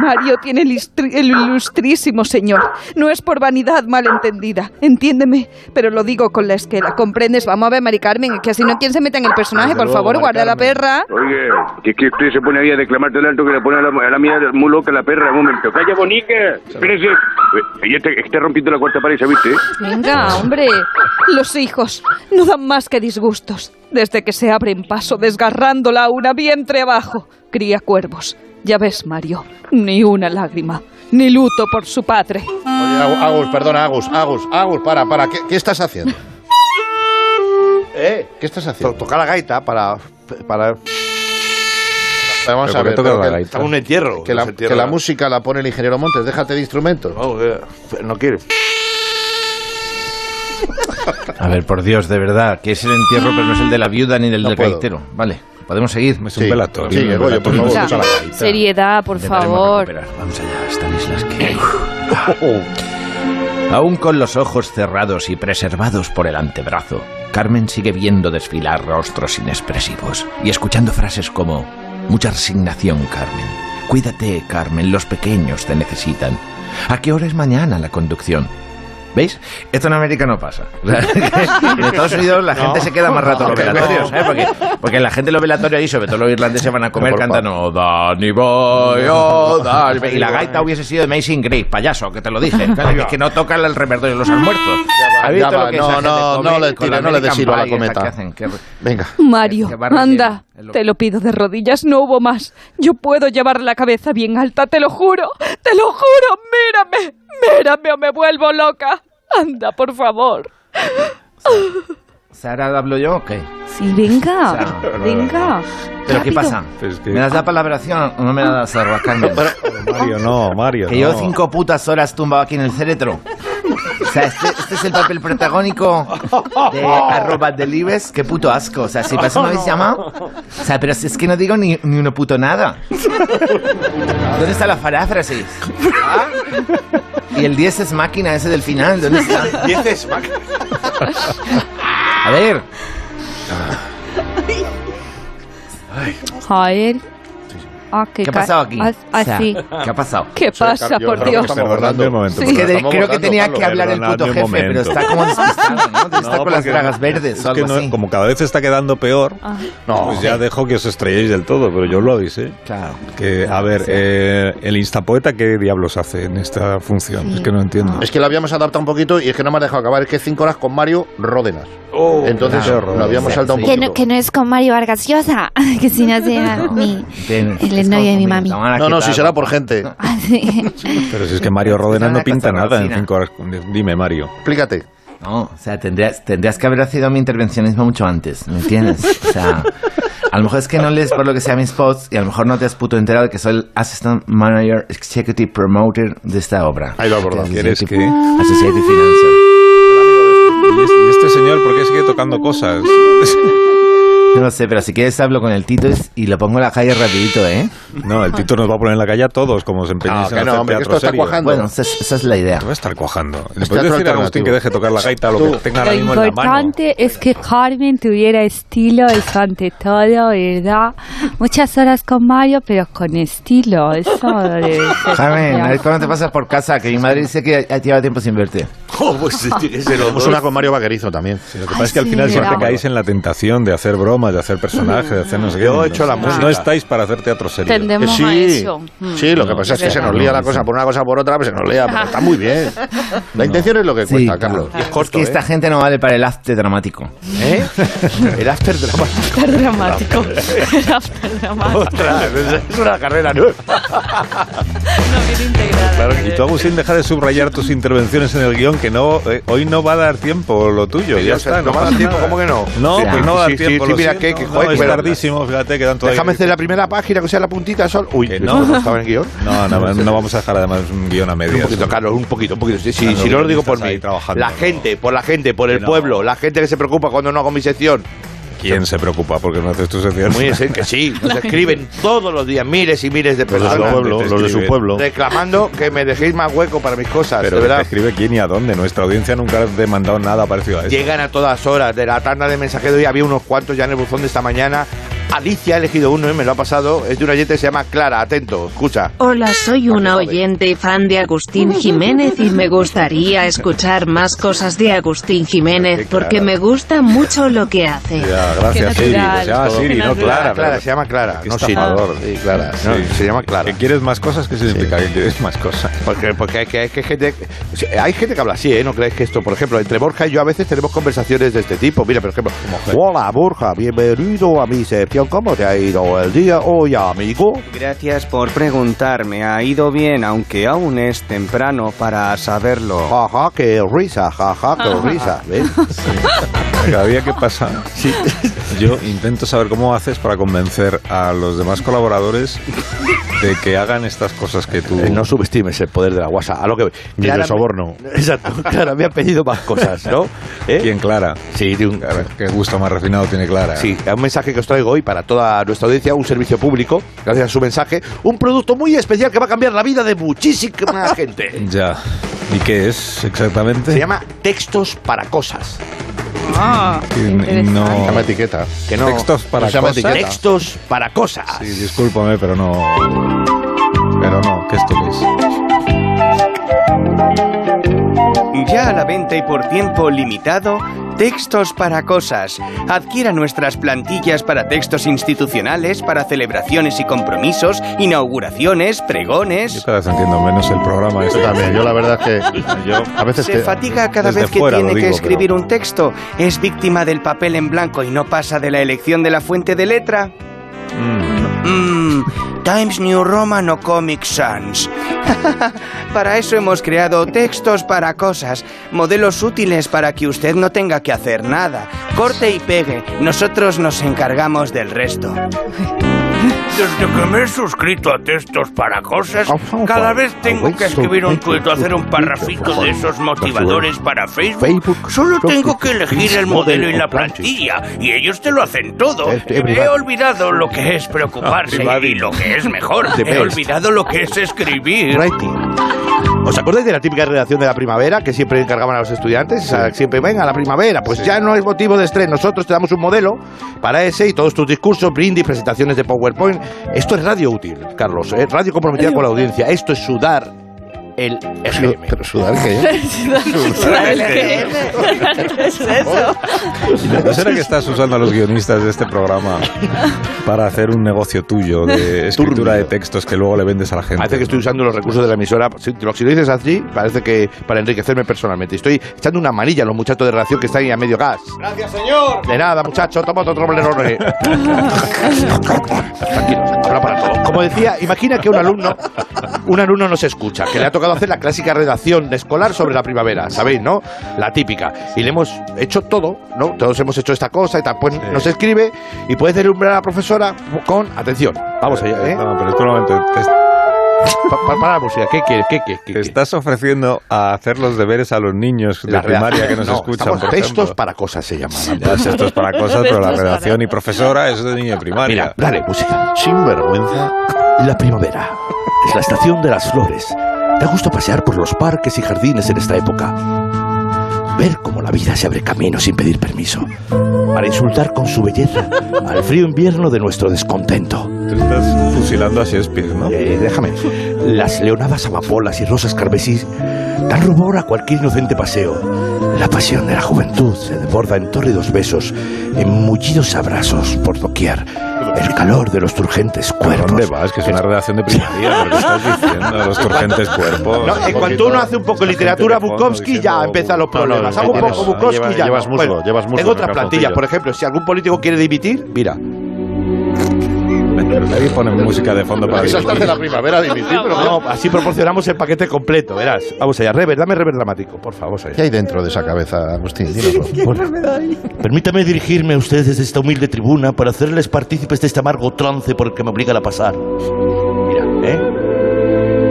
[SPEAKER 14] Mario tiene el, istri- el ilustrísimo señor. No es por vanidad malentendida, entiéndeme, pero lo digo con la esquela, ¿comprendes? Vamos a ver, Mari Carmen, que así no quien se meta en el personaje,
[SPEAKER 15] Desde
[SPEAKER 14] por
[SPEAKER 15] luego,
[SPEAKER 14] favor,
[SPEAKER 15] Mari
[SPEAKER 14] guarda la
[SPEAKER 15] Carmen.
[SPEAKER 14] perra.
[SPEAKER 15] Oye, que es que usted se pone ahí a declamar tan alto que la pone a la, a la mía muy loca la perra, un momento. ¡Calla, bonica! Espérese. Eh, Ella te- está rompiendo la cuarta pared, ¿sabiste?
[SPEAKER 14] Venga, hombre. Los hijos no dan más que disgustos. Desde que se abren paso desgarrando la una vientre abajo, cría cuervos. Ya ves, Mario, ni una lágrima, ni luto por su padre.
[SPEAKER 4] Oye, Agus, Agus, perdona, Agus, Agus, Agus, para, para. ¿Qué, qué estás haciendo? ¿Eh? ¿Qué estás haciendo? Tocar la gaita para... para... Vamos
[SPEAKER 10] ¿Pero por qué
[SPEAKER 4] a ver.
[SPEAKER 10] toca
[SPEAKER 4] pero
[SPEAKER 10] la
[SPEAKER 4] que-
[SPEAKER 10] gaita? Un entierro,
[SPEAKER 4] Que la,
[SPEAKER 10] se entierra.
[SPEAKER 4] que la música la pone el ingeniero Montes. Déjate de instrumentos. no quiere.
[SPEAKER 6] A ver, por Dios, de verdad, que es el entierro, pero no es el de la viuda ni del del gaitero. Vale, podemos seguir.
[SPEAKER 1] Es un Sí. velatorio.
[SPEAKER 6] Sí,
[SPEAKER 1] Sigue,
[SPEAKER 6] un
[SPEAKER 1] Goyo,
[SPEAKER 6] velatorio,
[SPEAKER 1] por favor,
[SPEAKER 6] no
[SPEAKER 1] escucha
[SPEAKER 6] es
[SPEAKER 1] la
[SPEAKER 6] una gaita.
[SPEAKER 2] Seriedad, por
[SPEAKER 6] Intentaremos
[SPEAKER 2] favor.
[SPEAKER 6] recuperar. Vamos allá, Stanislas, que... Aún con los ojos cerrados y preservados por el antebrazo, Carmen sigue viendo desfilar rostros inexpresivos y escuchando frases como Mucha resignación, Carmen. Cuídate, Carmen, los pequeños te necesitan. ¿A qué hora es mañana la conducción? ¿Veis? Esto en América no pasa. en Estados Unidos la
[SPEAKER 5] No.
[SPEAKER 6] gente se queda más rato en los
[SPEAKER 5] No, que no.
[SPEAKER 6] velatorios, ¿eh? Porque, porque la gente en los velatorios ahí, sobre todo los irlandeses, van a comer,
[SPEAKER 5] por
[SPEAKER 6] cantan Oh, Danny Boy, oh, Danny Boy. Y la gaita hubiese sido Amazing Grace, payaso, que te lo dije. Claro, que es que no toca el repertorio de los muertos. ¿Has visto
[SPEAKER 4] Ya va,
[SPEAKER 6] lo que
[SPEAKER 4] no,
[SPEAKER 6] esa gente
[SPEAKER 4] no,
[SPEAKER 6] come
[SPEAKER 4] no le
[SPEAKER 6] con
[SPEAKER 4] tire,
[SPEAKER 6] la
[SPEAKER 4] no le
[SPEAKER 6] American
[SPEAKER 4] des hilo a la
[SPEAKER 6] Pie esta
[SPEAKER 4] cometa.
[SPEAKER 6] que hacen? Que-
[SPEAKER 4] Venga.
[SPEAKER 14] Mario,
[SPEAKER 6] Que barre
[SPEAKER 14] anda, te lo pido de rodillas, no hubo más. Yo puedo llevar la cabeza bien alta, te lo juro, te lo juro, mírame, mírame o me vuelvo loca. Anda, por favor.
[SPEAKER 6] ¿Sara hablo yo o qué?
[SPEAKER 14] Sí, venga,
[SPEAKER 6] Sara.
[SPEAKER 14] venga.
[SPEAKER 6] ¿Pero qué
[SPEAKER 14] rápido.
[SPEAKER 6] pasa? ¿Me das la palabración o no me la das, Sarva Carmen?
[SPEAKER 1] Mario, no, Mario.
[SPEAKER 6] Que llevo
[SPEAKER 1] no.
[SPEAKER 6] cinco putas horas tumbado aquí en el ceretro. O sea, este, este es el papel protagónico de arroba delibes. Qué puto asco. O sea, si pasó una vez llamado. O sea, pero si es que no digo ni, ni uno puto nada. ¿Dónde está la paráfrasis? ¿Ah? Y el 10 es máquina ese del final. ¿Dónde está? A ver.
[SPEAKER 14] Joder. Ah, que
[SPEAKER 6] ¿Qué ha
[SPEAKER 14] ca-
[SPEAKER 6] pasado aquí?
[SPEAKER 14] as-
[SPEAKER 6] O sea,
[SPEAKER 14] Así.
[SPEAKER 6] ¿Qué ha pasado?
[SPEAKER 14] ¿Qué pasa, por Dios?
[SPEAKER 1] Perdonadme un momento.
[SPEAKER 6] Sí.
[SPEAKER 1] porque
[SPEAKER 6] Que de-
[SPEAKER 1] estamos
[SPEAKER 6] creo que
[SPEAKER 1] votando,
[SPEAKER 6] tenía que
[SPEAKER 1] Pablo,
[SPEAKER 6] hablar el puto
[SPEAKER 1] perdonadme un
[SPEAKER 6] jefe, pero
[SPEAKER 1] momento.
[SPEAKER 6] está como despistado, ¿no? Está con las
[SPEAKER 1] porque
[SPEAKER 6] bragas verdes
[SPEAKER 1] es
[SPEAKER 6] o
[SPEAKER 1] que
[SPEAKER 6] algo
[SPEAKER 1] no-
[SPEAKER 6] así.
[SPEAKER 1] Como cada vez está quedando peor,
[SPEAKER 2] Ah.
[SPEAKER 6] No.
[SPEAKER 1] pues ya dejo que os estrelléis del todo, pero yo lo avisé.
[SPEAKER 6] Claro.
[SPEAKER 1] Que, a ver, eh, el instapoeta, ¿qué diablos hace en esta función? Es que no entiendo.
[SPEAKER 4] Es que lo habíamos adaptado un poquito y es que no me ha dejado acabar. Es que cinco horas con Mario Ródenas.
[SPEAKER 6] oh,
[SPEAKER 4] Entonces
[SPEAKER 1] Oh, claro,
[SPEAKER 4] lo
[SPEAKER 1] Ródenas.
[SPEAKER 4] habíamos
[SPEAKER 1] Sí,
[SPEAKER 4] saltado un
[SPEAKER 1] sí.
[SPEAKER 2] Que
[SPEAKER 4] poquito.
[SPEAKER 2] no, que no es con Mario Vargas Llosa, que si no sea mi, el novio de mi mami.
[SPEAKER 5] Ah,
[SPEAKER 4] No, no, si será por gente.
[SPEAKER 1] Pero si es que Mario Ródenas no pinta nada en cinco horas. Dime, Mario.
[SPEAKER 4] Explícate.
[SPEAKER 6] No, o sea, tendrías, tendrías que haber sido mi intervencionismo mucho antes, ¿me entiendes? O sea, a lo mejor es que no lees por lo que sea mis posts y a lo mejor no te has puto enterado de que soy el Assistant Manager Executive Promoter de esta obra. Ahí lo abordamos.
[SPEAKER 1] ¿Quieres que-
[SPEAKER 6] Associated Financer.
[SPEAKER 1] ¿Y es- y este señor por qué sigue tocando cosas?
[SPEAKER 6] Yo no sé, pero si quieres hablo con el Tito y lo pongo en la calle rapidito, ¿eh?
[SPEAKER 1] No, el Tito nos va a poner en la calle a todos, como se empeñéis
[SPEAKER 6] que
[SPEAKER 1] en
[SPEAKER 6] no,
[SPEAKER 1] hacer
[SPEAKER 6] hombre, que
[SPEAKER 1] teatro
[SPEAKER 6] esto está
[SPEAKER 1] serio.
[SPEAKER 6] cuajando. Bueno, esa es, la idea.
[SPEAKER 1] Va a estar cuajando. Le
[SPEAKER 6] Es
[SPEAKER 1] podéis
[SPEAKER 6] teatro
[SPEAKER 1] decir a Agustín
[SPEAKER 6] alternativo.
[SPEAKER 1] que deje tocar la gaita lo que
[SPEAKER 6] Tú.
[SPEAKER 1] tenga ahora
[SPEAKER 2] Lo
[SPEAKER 1] mismo en la mano.
[SPEAKER 2] importante es que Carmen tuviera estilo, eso ante todo, ¿verdad? Muchas horas con Mario, pero con estilo, eso debe ser.
[SPEAKER 6] Carmen, a ver cuándo te pasas por casa, que mi madre dice que ya lleva tiempo sin verte.
[SPEAKER 1] Oh, pues
[SPEAKER 5] Tenemos una con Mario Vaquerizo también.
[SPEAKER 1] Lo que pasa es que al final siempre caáis en la tentación de hacer bromas, de hacer personajes, de hacer no sé qué.
[SPEAKER 5] Yo he hecho la
[SPEAKER 1] No-
[SPEAKER 5] música.
[SPEAKER 1] No estáis para hacer teatro serio.
[SPEAKER 10] Tendemos
[SPEAKER 5] Sí.
[SPEAKER 10] a eso. Mm.
[SPEAKER 5] Sí, lo que pasa es que se nos lía la cosa por una cosa por otra, pues se nos lía, pero está muy bien. La intención es lo que cuesta, Carlos.
[SPEAKER 6] Es,
[SPEAKER 8] ¿eh?
[SPEAKER 6] que esta gente no vale para el after dramático.
[SPEAKER 5] ¿Eh? El after
[SPEAKER 10] After dramático. El after dramático.
[SPEAKER 5] Ostras, es una carrera nueva.
[SPEAKER 1] Y tú, Agustín, deja de subrayar tus intervenciones en el guión, que no, eh, hoy no va a dar tiempo lo tuyo. Ya está,
[SPEAKER 5] no va a
[SPEAKER 1] pasa
[SPEAKER 5] dar tiempo,
[SPEAKER 1] nada.
[SPEAKER 5] ¿cómo que no?
[SPEAKER 1] No,
[SPEAKER 5] Sí,
[SPEAKER 1] pues no va a
[SPEAKER 5] sí,
[SPEAKER 1] dar
[SPEAKER 5] sí,
[SPEAKER 1] tiempo.
[SPEAKER 5] sí,
[SPEAKER 1] lo
[SPEAKER 5] mira
[SPEAKER 1] siento.
[SPEAKER 5] que- que
[SPEAKER 1] No,
[SPEAKER 5] joder,
[SPEAKER 1] es
[SPEAKER 5] pero-
[SPEAKER 1] tardísimo, fíjate, quedan todavía...
[SPEAKER 5] Déjame hacer la primera página, que sea la puntita de sol. Uy,
[SPEAKER 1] Que
[SPEAKER 5] no,
[SPEAKER 1] no.
[SPEAKER 5] estaba en el guión.
[SPEAKER 1] No, no, no vamos a dejar además un guión a medias.
[SPEAKER 5] Un poquito, Carlos, un poquito, un poquito. Sí, sí,
[SPEAKER 1] Claro,
[SPEAKER 5] si no lo digo por
[SPEAKER 1] estás ahí
[SPEAKER 5] mí.
[SPEAKER 1] trabajando,
[SPEAKER 5] La
[SPEAKER 1] ¿no?
[SPEAKER 5] gente, por la gente, por el
[SPEAKER 1] No.
[SPEAKER 5] pueblo, la gente que se preocupa cuando no hago mi sección.
[SPEAKER 1] ¿Quién se preocupa porque no haces tu sección?
[SPEAKER 5] Muy en serio, que sí, nos escriben todos los días miles y miles de
[SPEAKER 1] Los de su
[SPEAKER 5] personas.
[SPEAKER 1] pueblo, los de su pueblo.
[SPEAKER 5] Reclamando que me dejéis más hueco para mis cosas,
[SPEAKER 1] Pero
[SPEAKER 5] de
[SPEAKER 1] te
[SPEAKER 5] verdad.
[SPEAKER 1] escribe quién y a dónde. Nuestra audiencia nunca ha demandado nada parecido a eso.
[SPEAKER 5] Llegan a todas horas, de la tanda de mensajeros y había unos cuantos ya en el buzón de esta mañana. Alicia ha elegido uno y me lo ha pasado. Es de una gente que se llama Clara, atento, escucha.
[SPEAKER 3] Hola, soy una oyente y fan de Agustín Jiménez y me gustaría escuchar más cosas de Agustín Jiménez porque me gusta mucho lo que hace.
[SPEAKER 1] Ya, gracias,
[SPEAKER 3] Qué
[SPEAKER 1] Siri.
[SPEAKER 3] natural.
[SPEAKER 1] Se llama
[SPEAKER 3] Qué
[SPEAKER 1] Siri, Ah, no
[SPEAKER 3] natural.
[SPEAKER 1] Clara.
[SPEAKER 5] Ah, Clara, se llama Clara,
[SPEAKER 1] Qué
[SPEAKER 5] Ah, no Siri.
[SPEAKER 1] estafador.
[SPEAKER 5] Sí, Clara, no, se llama Clara.
[SPEAKER 1] ¿Que quieres más cosas? ¿Qué significa que quieres más cosas?
[SPEAKER 5] Porque, porque es que, es que gente, o sea, hay gente que habla así, ¿eh? ¿No crees que esto, por ejemplo, entre Borja y yo a veces tenemos conversaciones de este tipo? Mira, por ejemplo, hola Borja, bienvenido a mi sección. ¿Cómo te ha ido el día hoy, amigo?
[SPEAKER 13] Gracias por preguntarme. Ha ido bien, aunque aún es temprano para saberlo.
[SPEAKER 5] Jaja, qué risa, jaja, qué risa. ¿Ves?
[SPEAKER 1] Cada día que pasa, yo intento saber cómo haces para convencer a los demás colaboradores de que hagan estas cosas que tú.
[SPEAKER 5] No subestimes el poder de la guasa. A lo que voy.
[SPEAKER 1] Ni
[SPEAKER 5] Clara
[SPEAKER 1] de
[SPEAKER 5] me-
[SPEAKER 1] soborno.
[SPEAKER 5] Exacto, Clara me ha pedido más cosas, ¿no? ¿Eh?
[SPEAKER 1] ¿Quién, Clara?
[SPEAKER 5] Sí, de un...
[SPEAKER 1] Qué gusto más refinado tiene Clara.
[SPEAKER 5] Sí, es un mensaje que os traigo hoy para toda nuestra audiencia, un servicio público, gracias a su mensaje, un producto muy especial que va a cambiar la vida de muchísima gente.
[SPEAKER 1] Ya. ¿Y qué es exactamente?
[SPEAKER 5] Se llama Textos para Cosas.
[SPEAKER 10] Ah,
[SPEAKER 1] No.
[SPEAKER 5] llama etiqueta. Que no,
[SPEAKER 1] Textos para
[SPEAKER 5] no se llama
[SPEAKER 1] cosas.
[SPEAKER 5] etiqueta. Textos para Cosas.
[SPEAKER 1] Sí, discúlpame, pero no. Pero no, ¿qué esto qué es?
[SPEAKER 13] Ya a la venta y por tiempo limitado, Textos para Cosas. Adquiera nuestras plantillas para textos institucionales, para celebraciones y compromisos, inauguraciones, pregones.
[SPEAKER 1] Cada vez entiendo menos el programa. este. Yo
[SPEAKER 5] también, yo la verdad es que
[SPEAKER 13] Se
[SPEAKER 1] Este,
[SPEAKER 13] fatiga cada vez que tiene que escribir un texto. Es víctima del papel en blanco y no pasa de la elección de la fuente de letra. Mm, Times New Roman o Comic Sans. para eso hemos creado textos para cosas, modelos útiles para que usted no tenga que hacer nada. Corte y pegue, nosotros nos encargamos del resto.
[SPEAKER 16] Desde que me he suscrito a textos para cosas, cada vez tengo que escribir un tuit o hacer un parrafito de esos motivadores para Facebook. Solo tengo que elegir el modelo y la plantilla, y ellos te lo hacen todo. He olvidado lo que es preocuparse y lo que es mejor. He olvidado lo que es escribir.
[SPEAKER 5] Writing. ¿Os acordáis de la típica redacción de la primavera que siempre encargaban a los estudiantes? O sea, siempre, venga, la primavera. Pues ya no es motivo de estrés. Nosotros te damos un modelo para ese y todos tus discursos, brindis, presentaciones de PowerPoint. Esto es radio útil, Carlos. ¿eh? Radio comprometida con la audiencia. Esto es sudar el EGM. ¿Pero sudar qué?
[SPEAKER 10] es eso?
[SPEAKER 1] ¿No será que estás usando a los guionistas de este programa para hacer un negocio tuyo de escritura de textos que luego le vendes a la gente?
[SPEAKER 5] Parece que estoy usando los recursos de la emisora. Si, lo- si lo dices así, parece que para enriquecerme personalmente. Estoy echando una manilla a los muchachos de redacción que están ahí a medio gas.
[SPEAKER 15] Gracias, señor.
[SPEAKER 5] De nada, muchachos, toma otro bolerone. Tranquilo, habla para todo. Como decía, imagina que un alumno, un alumno nos escucha, que le ha tocado hacer la clásica redacción escolar sobre la primavera, ¿sabéis, no? La típica. Y le hemos hecho todo, ¿no? Todos hemos hecho esta cosa y tal. Pues nos escribe y puede deslumbrar a la profesora con atención. Vamos allá, ¿eh?
[SPEAKER 1] No, pero es que normalmente te- Pa- pa- para la música, ¿qué quieres? ¿Qué, qué, qué, Estás ofreciendo a hacer los deberes a los niños de
[SPEAKER 4] La
[SPEAKER 1] primaria
[SPEAKER 4] redacción,
[SPEAKER 1] que nos
[SPEAKER 4] no,
[SPEAKER 1] escuchan.
[SPEAKER 4] estamos-
[SPEAKER 1] por
[SPEAKER 4] textos
[SPEAKER 1] ejemplo.
[SPEAKER 4] para cosas se llaman.
[SPEAKER 1] Ya, es Textos para cosas, pero la
[SPEAKER 4] Textos para-
[SPEAKER 1] redacción y profesora es de niño de primaria.
[SPEAKER 4] Mira, dale música. Sin vergüenza.
[SPEAKER 5] La primavera es la estación de las flores. Da gusto pasear por los parques y jardines en esta época. Ver cómo la vida se abre camino sin pedir permiso. Para insultar con su belleza al frío invierno de nuestro descontento.
[SPEAKER 1] Te estás fusilando a Shakespeare, ¿no?
[SPEAKER 5] Eh, déjame. Las leonadas amapolas y rosas carmesí dan rubor a cualquier inocente paseo. La pasión de la juventud se desborda en tórridos besos, en mullidos abrazos por doquier. El calor de los turgentes cuerpos. ¿Dónde vas?
[SPEAKER 1] Que es una redacción de primaria, pero ¿qué estás diciendo? Los turgentes cuerpos.
[SPEAKER 8] No, en cuanto uno hace un poco de literatura Bukowski, ya empiezan los
[SPEAKER 4] No, no,
[SPEAKER 8] problemas.
[SPEAKER 4] que
[SPEAKER 8] Hago un
[SPEAKER 4] tienes-
[SPEAKER 8] poco Bukowski
[SPEAKER 4] lleva-
[SPEAKER 8] ya.
[SPEAKER 4] llevas
[SPEAKER 8] no.
[SPEAKER 4] muslo, llevas muslo
[SPEAKER 8] Tengo
[SPEAKER 4] en el
[SPEAKER 8] otras plantillas,
[SPEAKER 4] calzoncillo.
[SPEAKER 8] por ejemplo, si algún político quiere dimitir, mira.
[SPEAKER 1] Ahí ponen música de fondo para
[SPEAKER 8] Esas
[SPEAKER 1] discutir.
[SPEAKER 8] de la primavera dimitir, pero
[SPEAKER 4] No,
[SPEAKER 5] Ah.
[SPEAKER 8] no, así proporcionamos el paquete completo, verás. Vamos allá, rever, dame rever dramático, por favor.
[SPEAKER 4] ¿Qué hay dentro de esa cabeza, Agustín? Dínoslo.
[SPEAKER 5] Permítame dirigirme a ustedes desde esta humilde tribuna para hacerles partícipes de este amargo trance por el que me obligan a pasar. Mira, ¿eh?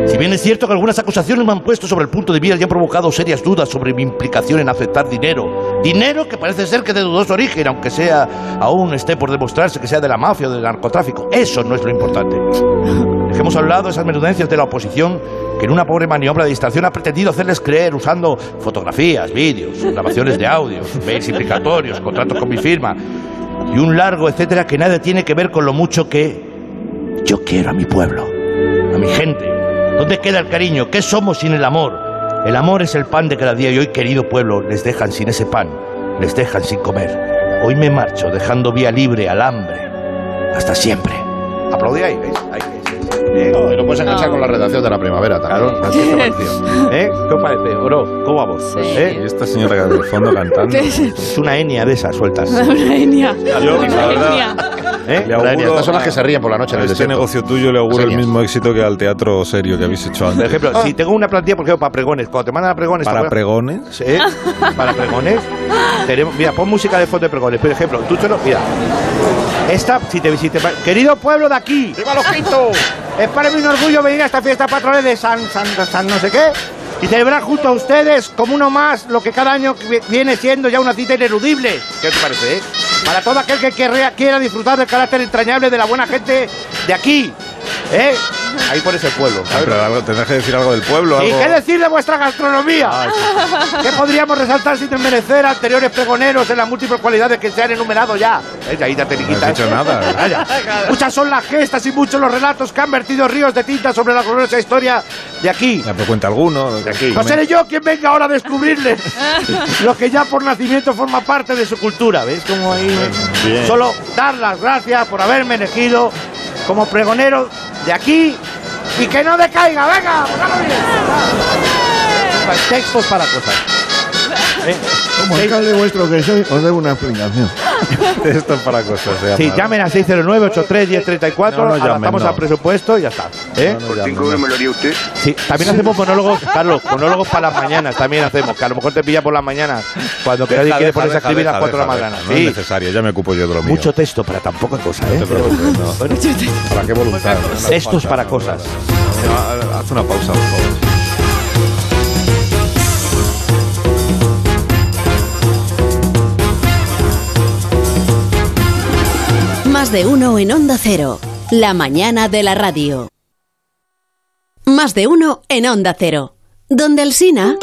[SPEAKER 5] Si bien es cierto que algunas acusaciones me han puesto sobre el punto de vista y han provocado serias dudas sobre mi implicación en aceptar dinero. Dinero que parece ser que de dudoso origen, aunque sea aún esté por demostrarse que sea de la mafia o del narcotráfico. Eso no es lo importante. Dejemos a un lado esas menudencias de la oposición que en una pobre maniobra de distracción ha pretendido hacerles creer usando fotografías, vídeos, grabaciones de audios, mails implicatorios, contratos con mi firma y un largo etcétera que nada tiene que ver con lo mucho que yo quiero a mi pueblo, a mi gente. ¿Dónde queda el cariño? ¿Qué somos sin el amor? El amor es el pan de cada día y hoy, querido pueblo, les dejan sin ese pan, les dejan sin comer. Hoy me marcho dejando vía libre al hambre. Hasta siempre.
[SPEAKER 8] Aplaudí ahí, ¿ves? Ahí,
[SPEAKER 5] Eh,
[SPEAKER 8] ¿ves?
[SPEAKER 4] No, y lo puedes enganchar con la redacción de la primavera también.
[SPEAKER 8] Así te pareció. ¿Eh? ¿Qué os parece? ¿O no? ¿Cómo vamos? ¿Eh?
[SPEAKER 1] Y esta señora del fondo cantando.
[SPEAKER 8] Es una enia de esas sueltas.
[SPEAKER 10] Una enia.
[SPEAKER 1] Yo, la verdad,
[SPEAKER 8] ¿Eh?
[SPEAKER 1] le auguro
[SPEAKER 4] Estas son las que se ríen por la noche en
[SPEAKER 1] a
[SPEAKER 4] el
[SPEAKER 1] este
[SPEAKER 4] desierto.
[SPEAKER 1] negocio tuyo le auguro el
[SPEAKER 4] Señas.
[SPEAKER 1] mismo éxito que al teatro serio que habéis hecho antes.
[SPEAKER 8] Por ejemplo, si tengo una plantilla, por ejemplo, para pregones, cuando te mandan a pregones... ¿te
[SPEAKER 1] ¿Para
[SPEAKER 8] acuerdas?
[SPEAKER 1] pregones?
[SPEAKER 8] Sí, para pregones. Tenemos, mira, pon música de fondo de pregones. Por ejemplo, tú solo, mira. Esta, si te visite. Querido pueblo de aquí. ¡Viva los pintos! Es para mí un orgullo venir a esta fiesta patronal de San, San, San no sé qué. Y celebrar junto a ustedes, como uno más, lo que cada año vi- viene siendo ya una cita ineludible. ¿Qué te parece, eh? Para todo aquel que querría- quiera disfrutar del carácter entrañable de la buena gente de aquí. ¿Eh? Ahí pones el pueblo.
[SPEAKER 1] Ah, pero algo, tendrás que decir algo del pueblo.
[SPEAKER 8] ¿Y
[SPEAKER 1] algo-
[SPEAKER 8] qué decir de vuestra gastronomía? ¿Qué podríamos resaltar sin desmerecer a anteriores pregoneros en las múltiples cualidades que se han enumerado ya? Eh, ahí ya te
[SPEAKER 1] No has
[SPEAKER 8] quitas. Ah,
[SPEAKER 1] dicho nada.
[SPEAKER 8] Vaya. Muchas son las gestas y muchos los relatos que han vertido ríos de tinta sobre la gloriosa historia de aquí.
[SPEAKER 1] Ya, pero cuenta alguno. De aquí.
[SPEAKER 8] No seré yo quien venga ahora a descubrirles lo que ya por nacimiento forma parte de su cultura. ¿Ves cómo ahí? eh?
[SPEAKER 4] Bien.
[SPEAKER 8] Solo dar las gracias por haberme elegido como pregonero de aquí y que no decaiga. ¡Venga! ¡Vamos bien! Textos para cosas.
[SPEAKER 17] Como alcalde vuestro que soy, os debo una explicación.
[SPEAKER 1] Esto es para
[SPEAKER 8] Pues,
[SPEAKER 1] cosas. se
[SPEAKER 8] Sí,
[SPEAKER 1] llama.
[SPEAKER 8] llamen a 609-83-1034,
[SPEAKER 1] No, no llamen,
[SPEAKER 8] adaptamos
[SPEAKER 1] no.
[SPEAKER 8] al presupuesto y ya está. ¿eh?
[SPEAKER 18] ¿Por cinco euros me lo haría usted?
[SPEAKER 8] Sí, también hacemos monólogos, Carlos, monólogos para las mañanas también hacemos, que a lo mejor te pilla por las mañanas, cuando
[SPEAKER 1] Deja,
[SPEAKER 8] nadie quiere
[SPEAKER 1] deja,
[SPEAKER 8] ponerse a
[SPEAKER 1] deja,
[SPEAKER 8] escribir a las
[SPEAKER 1] deja,
[SPEAKER 8] 4 de la
[SPEAKER 1] deja,
[SPEAKER 8] mañana.
[SPEAKER 1] No es
[SPEAKER 8] Sí,
[SPEAKER 1] necesario, ya me ocupo yo de lo mío.
[SPEAKER 8] mucho texto para tan poca cosa, ¿eh?
[SPEAKER 1] No te preocupes, no. ¿Para qué voluntad?
[SPEAKER 8] Textos para cosas.
[SPEAKER 1] Ah, Haz una pausa, por favor.
[SPEAKER 12] Más de uno en Onda Cero. La mañana de la radio. Más de uno en Onda Cero. Donde Alsina.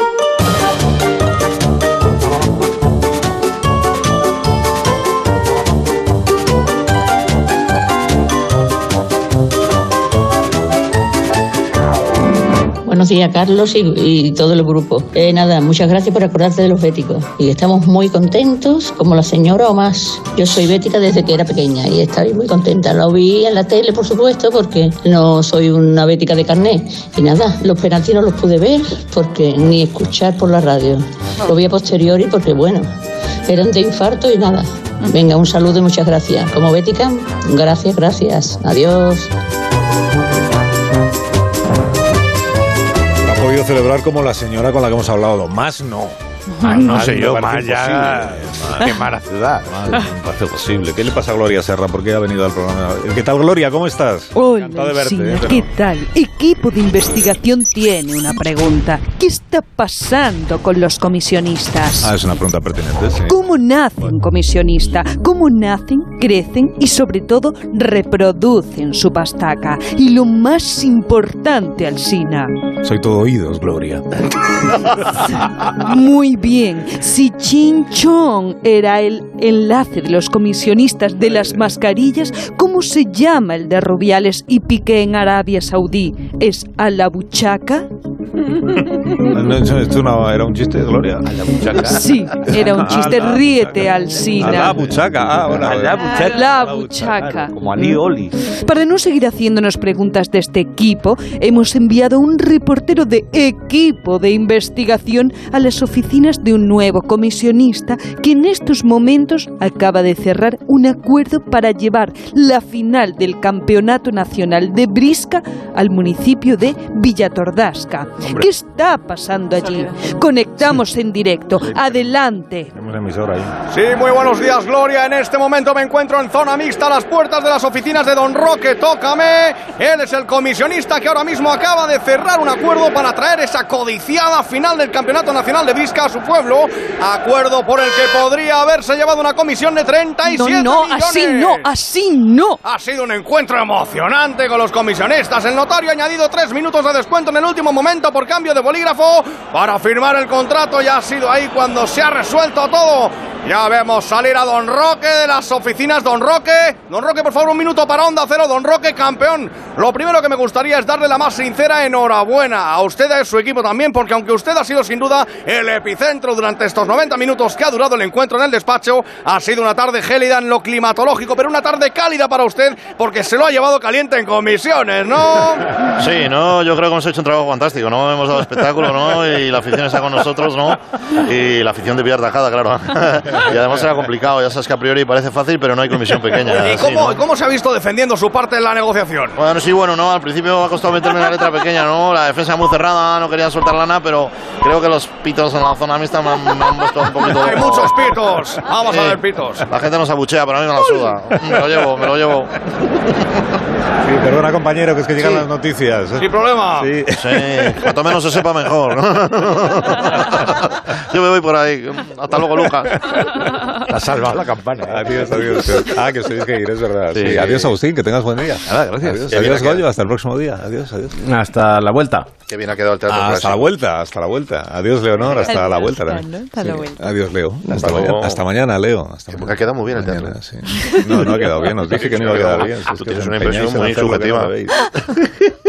[SPEAKER 19] Buenos días, Carlos y, y todo el grupo. Eh, nada, muchas gracias por acordarte de los béticos. Y estamos muy contentos, como la señora o más. Yo soy bética desde que era pequeña y estoy muy contenta. Lo vi en la tele, por supuesto, porque no soy una bética de carnet. Y nada, los penaltis no los pude ver porque ni escuchar por la radio. Lo vi a posteriori porque, bueno, eran de infarto y nada. Venga, un saludo y muchas gracias. Como bética, gracias, gracias. Adiós.
[SPEAKER 1] Ha podido celebrar como la señora con la que hemos hablado, más no.
[SPEAKER 8] Ah, no sé yo, más ya-
[SPEAKER 1] Maya.
[SPEAKER 8] Qué mala ciudad.
[SPEAKER 1] Parece posible. ¿Qué le pasa a Gloria Serra? ¿Por qué ha venido al programa? ¿Qué tal, Gloria? ¿Cómo estás? Encantado
[SPEAKER 14] Hola,
[SPEAKER 1] de verte.
[SPEAKER 14] Alsina,
[SPEAKER 1] eh,
[SPEAKER 14] ¿qué tal? Equipo de investigación tiene una pregunta. ¿Qué está pasando con los comisionistas?
[SPEAKER 1] Ah, es una pregunta pertinente, sí.
[SPEAKER 14] ¿Cómo nace un comisionista? ¿Cómo nacen, crecen y sobre todo reproducen su pastaca? Y lo más importante, Alsina,
[SPEAKER 1] Soy todo oídos, Gloria.
[SPEAKER 14] Muy bien. Si Chinchón era el enlace de los comisionistas de las mascarillas, ¿cómo se llama el de Rubiales y Piqué en Arabia Saudí? ¿Es a la buchaca?
[SPEAKER 1] No, eso- esto no- era un chiste, Gloria. A la buchaca.
[SPEAKER 14] Sí, era un chiste.
[SPEAKER 1] A la-
[SPEAKER 14] Ríete,
[SPEAKER 1] A
[SPEAKER 14] Alsina.
[SPEAKER 1] la buchaca. Ah, ahora.
[SPEAKER 14] A la buchaca. A la buchaca.
[SPEAKER 8] Como Ali Oli.
[SPEAKER 14] Para no seguir haciéndonos preguntas de este equipo, hemos enviado un reportero de equipo de investigación a las oficinas de un nuevo comisionista que en estos momentos acaba de cerrar un acuerdo para llevar la final del Campeonato Nacional de Brisca al municipio de Villatordasca. ¿Qué está pasando allí? Conectamos en directo. Adelante.
[SPEAKER 1] Tenemos la emisora ahí.
[SPEAKER 15] Sí, muy buenos días, Gloria. En este momento me encuentro en zona mixta a las puertas de las oficinas de Don Roque. Tócame. Él es el comisionista que ahora mismo acaba de cerrar un acuerdo para traer esa codiciada final del Campeonato Nacional de Vizca a su pueblo. Acuerdo por el que podría haberse llevado una comisión de 37
[SPEAKER 14] No, no,
[SPEAKER 15] millones.
[SPEAKER 14] así no, así no.
[SPEAKER 15] Ha sido un encuentro emocionante con los comisionistas. El notario ha añadido tres minutos de descuento en el último momento por cambio de bolígrafo para firmar el contrato. Ya ha sido ahí cuando se ha resuelto todo. Ya vemos salir a Don Roque de las oficinas. Don Roque, Don Roque, por favor, un minuto para Onda Cero. Don Roque, campeón. Lo primero que me gustaría es darle la más sincera enhorabuena a usted y a su equipo también, porque aunque usted ha sido sin duda el epicentro durante estos 90 minutos que ha durado el encuentro en el despacho, ha sido una tarde gélida en lo climatológico, pero una tarde cálida para usted, porque se lo ha llevado caliente en comisiones, ¿no?
[SPEAKER 4] Sí, no, yo creo que hemos hecho un trabajo fantástico, ¿no? Hemos dado espectáculo, ¿no? Y la afición está con nosotros, ¿no? Y la afición de Villar Tajada, claro. Y además era complicado, ya sabes que a priori parece fácil, pero no hay comisión pequeña.
[SPEAKER 15] ¿Y
[SPEAKER 4] así,
[SPEAKER 15] cómo,
[SPEAKER 4] ¿no?
[SPEAKER 15] cómo se ha visto defendiendo su parte en la negociación?
[SPEAKER 4] Bueno, sí, bueno, no, al principio ha costado meterme en la letra pequeña, ¿no? La defensa muy cerrada, no querían soltar lana, pero creo que los pitos en la zona mixta me han, me han puesto un poquito...
[SPEAKER 15] Hay muchos pitos. Vamos a
[SPEAKER 4] Sí.
[SPEAKER 15] ver pitos.
[SPEAKER 4] La gente nos abuchea, pero a mí me la suda. Me lo llevo, me lo llevo.
[SPEAKER 1] Sí, perdona, compañero, que es que llegan
[SPEAKER 4] Sí.
[SPEAKER 1] las noticias.
[SPEAKER 15] Sin problema.
[SPEAKER 1] Sí.
[SPEAKER 4] Sí, cuanto menos se sepa mejor. Yo me voy por ahí. Hasta luego, Lucas.
[SPEAKER 8] La salvado la campana.
[SPEAKER 1] Adiós, adiós. Ah, que sois que ir, es verdad. Sí.
[SPEAKER 4] Sí.
[SPEAKER 1] Adiós, Agustín, que tengas buen día.
[SPEAKER 4] Nada, gracias.
[SPEAKER 1] Adiós,
[SPEAKER 4] Qué bien
[SPEAKER 1] adiós,
[SPEAKER 4] ha quedado.
[SPEAKER 1] Goyo, hasta el próximo día. Adiós, adiós.
[SPEAKER 6] Hasta la vuelta.
[SPEAKER 4] Qué bien ha quedado el teatro
[SPEAKER 1] Ah, hasta la
[SPEAKER 4] clásico.
[SPEAKER 1] vuelta, hasta la vuelta. Adiós, Leonor, hasta la vuelta. también.
[SPEAKER 4] Hasta la
[SPEAKER 1] Sí.
[SPEAKER 4] vuelta.
[SPEAKER 1] Adiós, Leo. Hasta,
[SPEAKER 4] luego.
[SPEAKER 1] mañana, hasta mañana, Leo. Hasta
[SPEAKER 4] Porque ha quedado muy bien el teatro.
[SPEAKER 1] Sí. No, no ha quedado bien. Os dije que no iba a quedar bien. Si es
[SPEAKER 4] Tú
[SPEAKER 1] que
[SPEAKER 4] tienes
[SPEAKER 1] os
[SPEAKER 4] una
[SPEAKER 1] empeñáis
[SPEAKER 4] impresión
[SPEAKER 1] en
[SPEAKER 4] muy
[SPEAKER 1] hacer lo que no
[SPEAKER 4] subjetiva.
[SPEAKER 1] debéis.